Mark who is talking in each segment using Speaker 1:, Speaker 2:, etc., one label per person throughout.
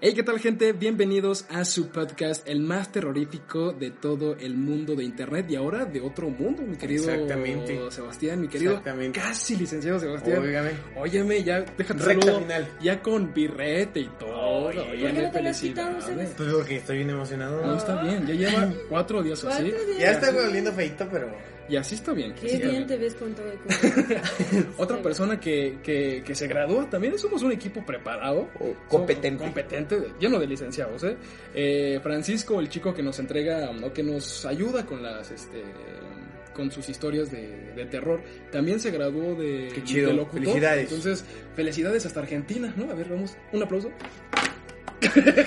Speaker 1: Hey, ¿qué tal gente? Bienvenidos a su podcast, el más terrorífico de todo el mundo de internet y ahora de otro mundo, mi querido
Speaker 2: Exactamente.
Speaker 1: Sebastián, mi querido
Speaker 2: Exactamente.
Speaker 1: casi licenciado Sebastián.
Speaker 2: Óigame.
Speaker 1: Óyeme, ya déjate
Speaker 2: Recta
Speaker 1: saludo,
Speaker 2: final.
Speaker 1: ya con birrete y todo.
Speaker 2: Oye,
Speaker 1: Óyeme,
Speaker 2: ¿por qué
Speaker 3: no te lo has quitado,
Speaker 1: felicidades.
Speaker 3: Sebastián?
Speaker 2: Pues digo que estoy bien emocionado.
Speaker 1: No, está bien, ya lleva cuatro días así.
Speaker 3: Cuatro días.
Speaker 2: Ya está oliendo feito, pero.
Speaker 1: Y así está bien. así
Speaker 3: Qué
Speaker 1: está
Speaker 3: bien
Speaker 1: bien.
Speaker 3: te ves con todo el cuerpo.
Speaker 1: Otra persona que, que, que se graduó, también somos un equipo preparado.
Speaker 4: competente.
Speaker 1: Somos Competente, de- lleno de licenciados, ¿eh? Eh, Francisco, el chico que nos entrega, o que nos ayuda con las, este, con sus historias de, de terror, también se graduó de,
Speaker 2: Qué chido.
Speaker 1: de locutor.
Speaker 2: Felicidades.
Speaker 1: Entonces, felicidades hasta Argentina, ¿no? A ver, vamos, un aplauso.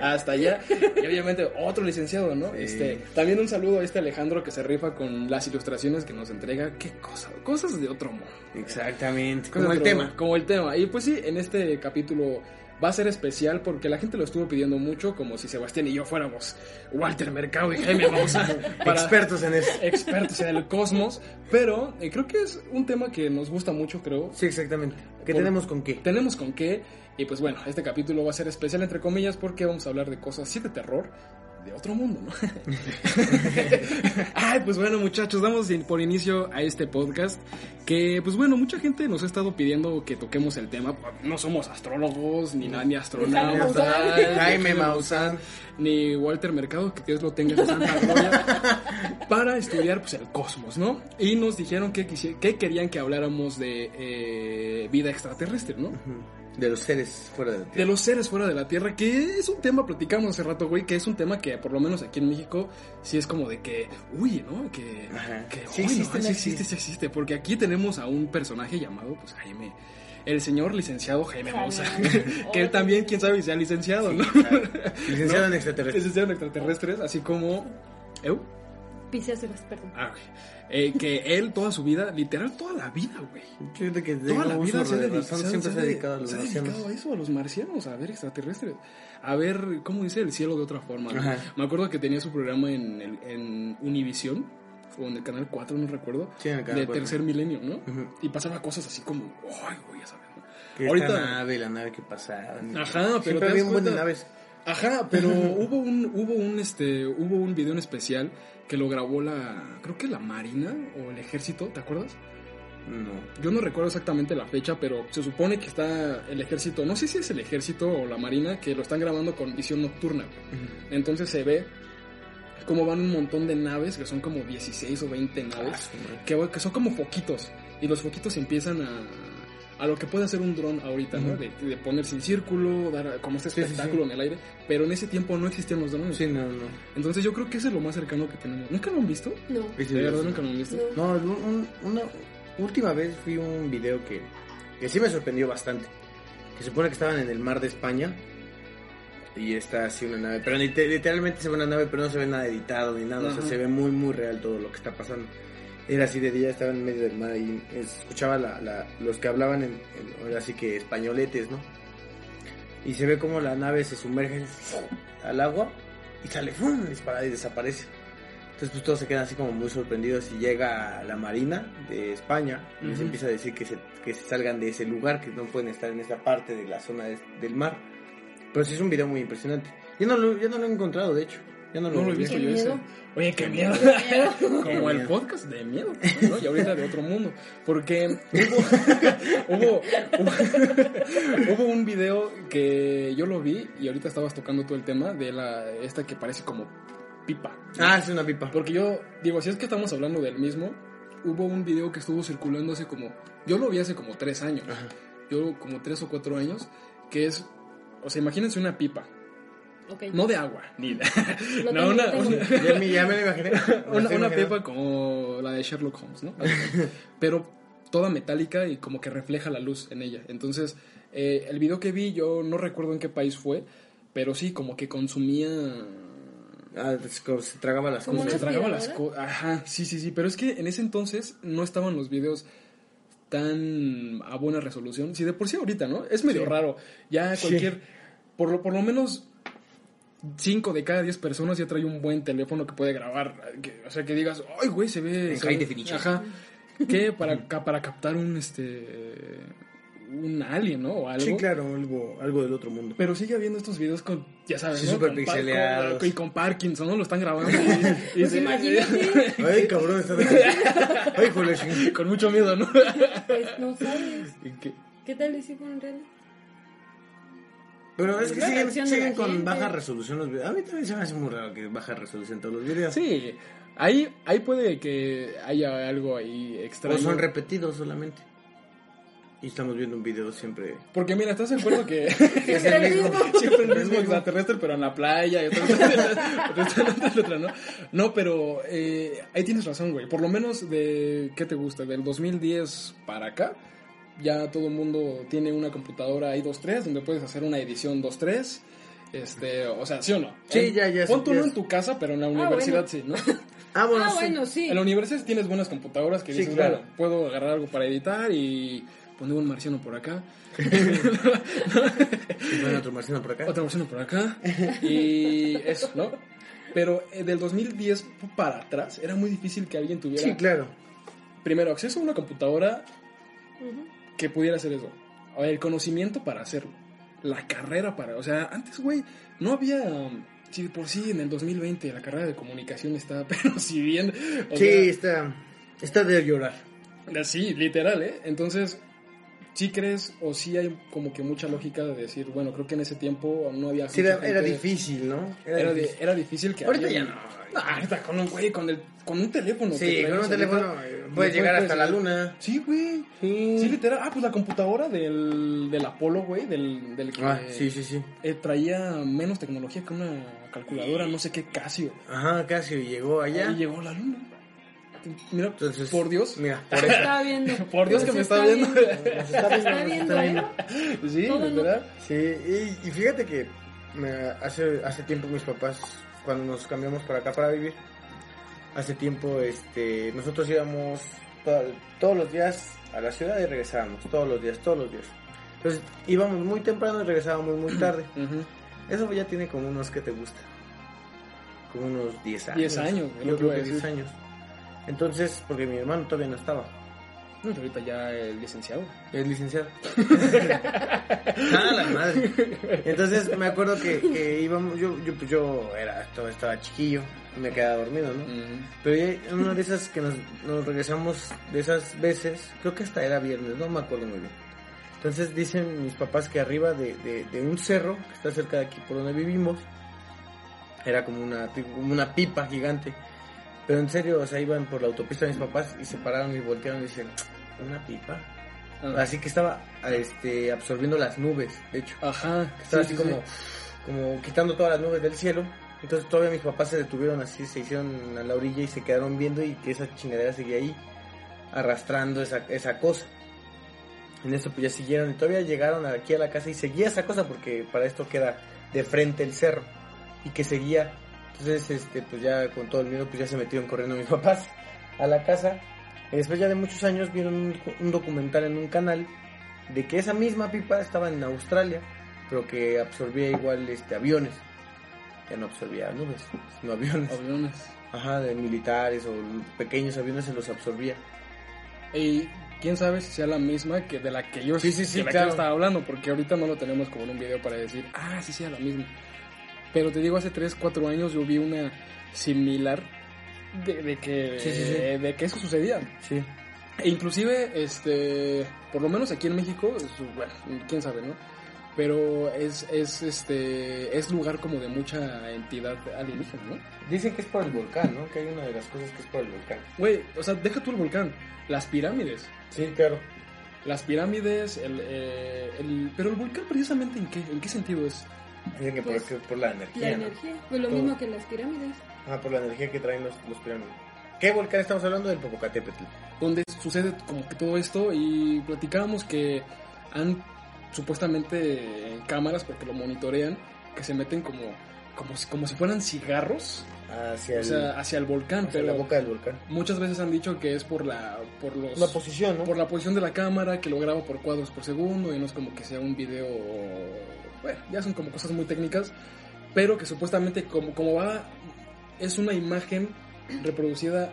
Speaker 1: hasta allá. Y obviamente otro licenciado, ¿no?
Speaker 2: Sí.
Speaker 1: Este, también un saludo a este Alejandro que se rifa con las ilustraciones que nos entrega. Qué cosa, cosas de otro mundo.
Speaker 2: Exactamente.
Speaker 1: Como el tema. Como el tema. Y pues sí, en este capítulo va a ser especial porque la gente lo estuvo pidiendo mucho, como si Sebastián y yo fuéramos Walter Mercado y Jaime Maussan. para-
Speaker 2: Expertos en eso.
Speaker 1: Expertos en el cosmos. Pero eh, creo que es un tema que nos gusta mucho, creo.
Speaker 2: Sí, exactamente. ¿Qué
Speaker 1: Por-
Speaker 2: tenemos con qué?
Speaker 1: Tenemos con qué. Y pues bueno, este capítulo va a ser especial, entre comillas, porque vamos a hablar de cosas así de terror. De otro mundo, ¿no? Ay, pues bueno, muchachos, damos in- por inicio a este podcast. Que, pues bueno, mucha gente nos ha estado pidiendo que toquemos el tema. No somos astrólogos, ni nada, ni
Speaker 3: Jaime
Speaker 1: astronautas.
Speaker 3: Maussan.
Speaker 2: Jaime Maussan.
Speaker 1: Ni Walter Mercado, que Dios lo tenga en santa gloria, para estudiar pues, el cosmos, ¿no? Y nos dijeron que, quisi- que querían que habláramos de eh, vida extraterrestre, ¿no?
Speaker 2: De los seres fuera de la
Speaker 1: de
Speaker 2: tierra.
Speaker 1: los seres fuera de la Tierra, que es un tema, platicamos hace rato, güey, que es un tema que por lo menos aquí en México sí es como de que, uy, ¿no? Que,
Speaker 2: Ajá.
Speaker 1: que
Speaker 2: Sí
Speaker 1: uy, no,
Speaker 2: existe,
Speaker 1: sí
Speaker 2: no
Speaker 1: existe, sí existe, porque aquí tenemos a un personaje llamado, pues, Jaime, el señor licenciado Jaime
Speaker 3: Jaime.
Speaker 1: Maussan, que él también, quién sabe, si sea licenciado, ¿no?
Speaker 2: Licenciado
Speaker 1: No.
Speaker 2: en extraterrestres.
Speaker 1: Licenciado en extraterrestres, así como... ¿Eu?
Speaker 3: Pisé a Sebas, perdón.
Speaker 1: Ah, güey. Eh, que él toda su vida, literal toda la vida, güey.
Speaker 2: Yo creo que
Speaker 1: Toda la
Speaker 2: tengo
Speaker 1: vida
Speaker 2: uso
Speaker 1: se ha
Speaker 2: de
Speaker 1: dedicado,
Speaker 2: razón, siempre se ha
Speaker 1: de-
Speaker 2: dedicado a los
Speaker 1: se ha dedicado a
Speaker 2: marcianos.
Speaker 1: eso, a los marcianos, a ver extraterrestres, a ver, ¿cómo dice el cielo de otra forma? ¿no?
Speaker 2: Ajá.
Speaker 1: Me acuerdo que tenía su programa en, el- en Univisión, o en el Canal 4, no recuerdo,
Speaker 2: Sí, en el Canal
Speaker 1: de
Speaker 2: 4.
Speaker 1: Tercer Milenio, ¿no?
Speaker 2: Ujú.
Speaker 1: Y pasaba cosas así como, ¡ay, güey, ya sabes! ¿no?
Speaker 2: Que
Speaker 1: Ahorita...
Speaker 2: Esta nave, la nave que pasaba.
Speaker 1: Ajá, pero
Speaker 2: Siempre
Speaker 1: te
Speaker 2: había
Speaker 1: das
Speaker 2: un buen de
Speaker 1: cuenta-
Speaker 2: naves.
Speaker 1: Ajá, pero hubo un, hubo un, este, hubo un video en especial que lo grabó la, creo que la Marina o el Ejército, ¿te acuerdas?
Speaker 2: No.
Speaker 1: Yo no recuerdo exactamente la fecha, pero se supone que está el ejército, no sé si es el ejército o la marina, que lo están grabando con visión nocturna. güey. Entonces se ve cómo van un montón de naves, que son como 16 o 20 naves, que, que son como foquitos. Y los foquitos empiezan a, a lo que puede hacer un dron ahorita, ¿no?
Speaker 2: Ujú.
Speaker 1: De, de ponerse en círculo, dar como este
Speaker 2: Sí, sí, sí.
Speaker 1: espectáculo en el aire. Pero en ese tiempo no existían los drones.
Speaker 2: Sí, no, no.
Speaker 1: Entonces yo creo que ese es lo más cercano que tenemos. ¿Nunca lo han visto?
Speaker 3: No.
Speaker 1: De verdad, nunca lo han visto.
Speaker 3: No.
Speaker 2: No, un- un- una última vez fui un video que, que sí me sorprendió bastante. Que se supone que estaban en el mar de España y está así una nave. Pero lite- literalmente se ve una nave, pero no se ve nada editado ni nada. O sea,
Speaker 1: Ajá.
Speaker 2: se ve muy, muy real todo lo que está pasando. Era así de día, estaba en medio del mar y escuchaba la, la- los que hablaban en, en- ahora sí que españoletes, ¿no? Y se ve como la nave se sumerge al agua y sale ¡fum! disparada y desaparece. Entonces pues todos se quedan así como muy sorprendidos y llega la marina de España y les
Speaker 1: Ujú.
Speaker 2: empieza a decir que se, que se salgan de ese lugar, que no pueden estar en esa parte de la zona de- del mar. Pero sí es un video muy impresionante. Yo no lo, yo no lo he encontrado, de hecho. Yo no lo,
Speaker 1: No lo he
Speaker 2: vi.
Speaker 1: visto
Speaker 3: Qué
Speaker 1: yo
Speaker 3: miedo.
Speaker 1: ese. Oye, qué miedo. Como
Speaker 2: Qué
Speaker 1: el
Speaker 2: miedo.
Speaker 1: podcast de miedo, ¿no? Y ahorita de otro mundo. Porque hubo, hubo, hubo- hubo un video que yo lo vi y ahorita estabas tocando tú el tema de la esta que parece como pipa.
Speaker 2: Ah, es una pipa.
Speaker 1: Porque yo digo, si es que estamos hablando del mismo, hubo un video que estuvo circulando hace como, yo lo vi hace como tres años, yo como tres o cuatro años, que es, o sea, imagínense una pipa,
Speaker 3: Ok.
Speaker 1: no de agua, ni de,
Speaker 3: No
Speaker 1: no,
Speaker 3: tengo-
Speaker 1: una-
Speaker 3: tengo.
Speaker 1: una-
Speaker 2: Ya me, ya me lo imaginé. Me
Speaker 1: una,
Speaker 2: estoy
Speaker 1: una
Speaker 2: imaginando.
Speaker 1: pepa como la de Sherlock Holmes, ¿no? Pero toda metálica y como que refleja la luz en ella. Entonces, eh, el video que vi, yo no recuerdo en qué país fue, pero sí, como que consumía...
Speaker 2: Ah, es como se tragaba las
Speaker 3: Como
Speaker 1: Como que
Speaker 2: cosas.
Speaker 3: una
Speaker 1: tragaba las
Speaker 3: aspiradora?
Speaker 1: cosas. Ajá, sí, sí, sí. Pero es que en ese entonces no estaban los videos tan a buena resolución. Sí, de por sí ahorita, ¿no? Es medio
Speaker 2: Sí.
Speaker 1: raro. Ya
Speaker 2: Sí.
Speaker 1: cualquier... Por, lo, por lo menos 5 de cada 10 personas ya trae un buen teléfono que puede grabar. que- o sea, que digas, ay, güey, se ve...
Speaker 2: En
Speaker 1: se
Speaker 2: high
Speaker 1: ve-".
Speaker 2: definition.
Speaker 1: Ajá. Que para, ca- para captar un, este... un alien, ¿no? O algo.
Speaker 2: Sí, claro, algo, algo del otro mundo.
Speaker 1: Pero sigue habiendo estos videos con, ya sabes,
Speaker 2: Sí,
Speaker 1: ¿no?
Speaker 2: súper
Speaker 1: Con pa-
Speaker 2: pixeleados.
Speaker 1: con- Y con Parkinson, ¿no? Lo están grabando. Y, y
Speaker 3: Pues
Speaker 1: se-
Speaker 3: imagínate,
Speaker 2: Ay, cabrón, está de... Ay, joder, ching-
Speaker 1: con mucho miedo, ¿no?
Speaker 3: pues no sabes.
Speaker 2: ¿Y qué?
Speaker 3: ¿Qué tal les hicieron real?
Speaker 2: Pero es que
Speaker 3: La
Speaker 2: siguen,
Speaker 3: reacción de
Speaker 2: siguen
Speaker 3: la
Speaker 2: con
Speaker 3: gente.
Speaker 2: baja resolución los videos. A mí también se me hace muy raro que baja resolución todos los videos.
Speaker 1: Sí, ahí, ahí puede que haya algo ahí extraño.
Speaker 2: O son repetidos solamente. Y estamos viendo un video siempre.
Speaker 1: Porque mira, ¿estás de acuerdo que
Speaker 2: Es
Speaker 3: el mismo.
Speaker 1: siempre el mismo extraterrestre, pero en la playa y otra vez otra, ¿no? No, pero eh, ahí tienes razón, güey. Por lo menos de, ¿qué te gusta? Del 2010 para acá, ya todo el mundo tiene una computadora ahí 2.3 donde puedes hacer una edición 2.3. Este, o sea, ¿sí o no?
Speaker 2: Sí,
Speaker 1: Eh,
Speaker 2: ya, ya,
Speaker 1: Pon tú
Speaker 2: ya.
Speaker 1: no en tu casa, pero en la universidad sí, ¿no?
Speaker 2: Ah, bueno,
Speaker 3: Ah,
Speaker 2: sí.
Speaker 3: bueno, sí.
Speaker 1: En la universidad sí tienes buenas computadoras que
Speaker 2: Sí,
Speaker 1: dices,
Speaker 2: claro.
Speaker 1: bueno, puedo agarrar algo para editar y poner un marciano por acá,
Speaker 2: Y bueno, otro marciano por acá.
Speaker 1: otro marciano por acá y eso, ¿no? Pero eh, del 2010 para atrás era muy difícil que alguien tuviera
Speaker 2: Sí, claro.
Speaker 1: primero acceso a una computadora
Speaker 3: Ujú.
Speaker 1: que pudiera hacer eso, o el conocimiento para hacerlo, la carrera para, o sea, antes, güey, no había um, Sí, de por sí en el 2020 la carrera de comunicación está, pero si bien... o
Speaker 2: Sí,
Speaker 1: sea,
Speaker 2: está, está de llorar.
Speaker 1: Sí, literal, ¿eh? Entonces, ¿sí crees o sí hay como que mucha lógica de decir, bueno, creo que en ese tiempo no había...
Speaker 2: Sí,
Speaker 1: mucha
Speaker 2: era, era
Speaker 1: gente-
Speaker 2: difícil, ¿no? Era
Speaker 1: Era, di-
Speaker 2: difícil.
Speaker 1: era difícil que...
Speaker 2: Ahorita ya
Speaker 1: alguien-
Speaker 2: no.
Speaker 1: No, ahorita con un güey, con, el, con un teléfono. que
Speaker 2: Sí, con
Speaker 1: traemos
Speaker 2: un
Speaker 1: ahorita,
Speaker 2: teléfono eh, puedes llegar hasta la luna.
Speaker 1: Sí, güey. Sí, literal. Ah, pues la computadora del, del Apolo, güey, del, del que
Speaker 2: Ah, sí, sí, sí.
Speaker 1: eh, traía menos tecnología que una calculadora, no sé qué, Casio.
Speaker 2: Ajá, casi llegó allá.
Speaker 1: Y llegó a la luna. Mira,
Speaker 2: Entonces,
Speaker 1: por Dios.
Speaker 2: Mira, por
Speaker 3: Se
Speaker 2: eso.
Speaker 3: está viendo.
Speaker 1: Por Dios
Speaker 3: Se
Speaker 1: que me está viendo.
Speaker 2: Nos está
Speaker 3: Se está
Speaker 2: nos
Speaker 3: viendo, ¿eh?
Speaker 1: sí,
Speaker 3: Todo lo-
Speaker 1: literal.
Speaker 2: Sí, y, y fíjate que me- hace, hace tiempo mis papás, cuando nos cambiamos para acá para vivir, hace tiempo este, nosotros íbamos to- todos los días a la ciudad y regresábamos, todos los días, todos los días. Entonces íbamos muy temprano y regresábamos muy tarde.
Speaker 1: Ujú.
Speaker 2: Eso ya tiene como unos que te gusta. Como unos 10 años.
Speaker 1: 10 años, es
Speaker 2: Yo
Speaker 1: lo que
Speaker 2: creo
Speaker 1: iba a
Speaker 2: que
Speaker 1: decir.
Speaker 2: 10 años. Entonces, porque mi hermano todavía no estaba.
Speaker 1: No, pero ahorita ya el licenciado.
Speaker 2: Es licenciado. ah, la madre. Entonces me acuerdo que, que íbamos, yo, yo, pues, yo era, estaba, estaba chiquillo, me quedaba dormido,
Speaker 1: Mm.
Speaker 2: ¿no? Pero ya en una de esas que nos, nos regresamos, de esas veces, creo que hasta era viernes, no me acuerdo muy bien. Entonces dicen mis papás que arriba de, de- de un cerro, que está cerca de aquí por donde vivimos, era como una, pi- como una pipa gigante. Pero en serio, o sea, iban por la autopista mis papás y se pararon y voltearon y dicen, ¿una pipa?
Speaker 1: Ah.
Speaker 2: Así que estaba este, absorbiendo las nubes, de hecho.
Speaker 1: Ajá.
Speaker 2: Estaba
Speaker 1: sí,
Speaker 2: así
Speaker 1: sí,
Speaker 2: como,
Speaker 1: sí.
Speaker 2: como quitando todas las nubes del cielo. Entonces todavía mis papás se detuvieron así, se hicieron a la orilla y se quedaron viendo y que esa chingadera seguía ahí, arrastrando esa, esa cosa. En eso pues ya siguieron y todavía llegaron aquí a la casa y seguía esa cosa porque para esto queda de frente el cerro y que seguía. Entonces este pues ya con todo el miedo pues ya se metieron corriendo mis papás a la casa. Y después ya de muchos años vieron un, un documental en un canal de que esa misma pipa estaba en Australia, pero que absorbía igual este aviones. Ya no absorbía nubes, sino aviones.
Speaker 1: Aviones.
Speaker 2: Ajá, de militares o pequeños aviones se los absorbía.
Speaker 1: Y quién sabe si sea la misma que de la que yo,
Speaker 2: Sí, sí, sí,
Speaker 1: de la que
Speaker 2: claro.
Speaker 1: yo estaba hablando, porque ahorita no lo tenemos como en un video para decir, ah, sí, sea la misma. Pero te digo, hace 3, 4 años yo vi una similar de, de que,
Speaker 2: Sí, sí, sí.
Speaker 1: de que eso sucedía.
Speaker 2: Sí.
Speaker 1: E inclusive, este, por lo menos aquí en México, es- bueno, quién sabe, ¿no? Pero es, es, este, es lugar como de mucha entidad alienígena, ¿no?
Speaker 2: Dicen que es por el volcán, ¿no? Que hay una de las cosas que es por el volcán.
Speaker 1: Güey, o sea, deja tú el volcán, las pirámides.
Speaker 2: Sí, claro.
Speaker 1: Las pirámides, el, eh, el- pero el volcán precisamente en qué, en qué sentido es.
Speaker 2: Dicen que por,
Speaker 3: Pues,
Speaker 2: que por la
Speaker 3: La
Speaker 2: energía. ¿no?
Speaker 3: energía. Pues lo
Speaker 2: Todo.
Speaker 3: mismo que las pirámides.
Speaker 2: Ajá, por la energía que traen los, los pirámides. ¿Qué volcán estamos hablando? Del Popocatépetl.
Speaker 1: Donde sucede como que todo esto y platicábamos que han supuestamente en cámaras porque lo monitorean que se meten como como si, como si fueran cigarros,
Speaker 2: Hacia,
Speaker 1: o
Speaker 2: el-
Speaker 1: sea, hacia el volcán,
Speaker 2: hacia la
Speaker 1: pero
Speaker 2: boca del volcán.
Speaker 1: muchas veces han dicho que es por la por los
Speaker 2: Una posición, ¿no?
Speaker 1: por la posición de la cámara que lo graba por cuadros por segundo y no es como que sea un video bueno ya son como cosas muy técnicas pero que supuestamente como como va es una imagen reproducida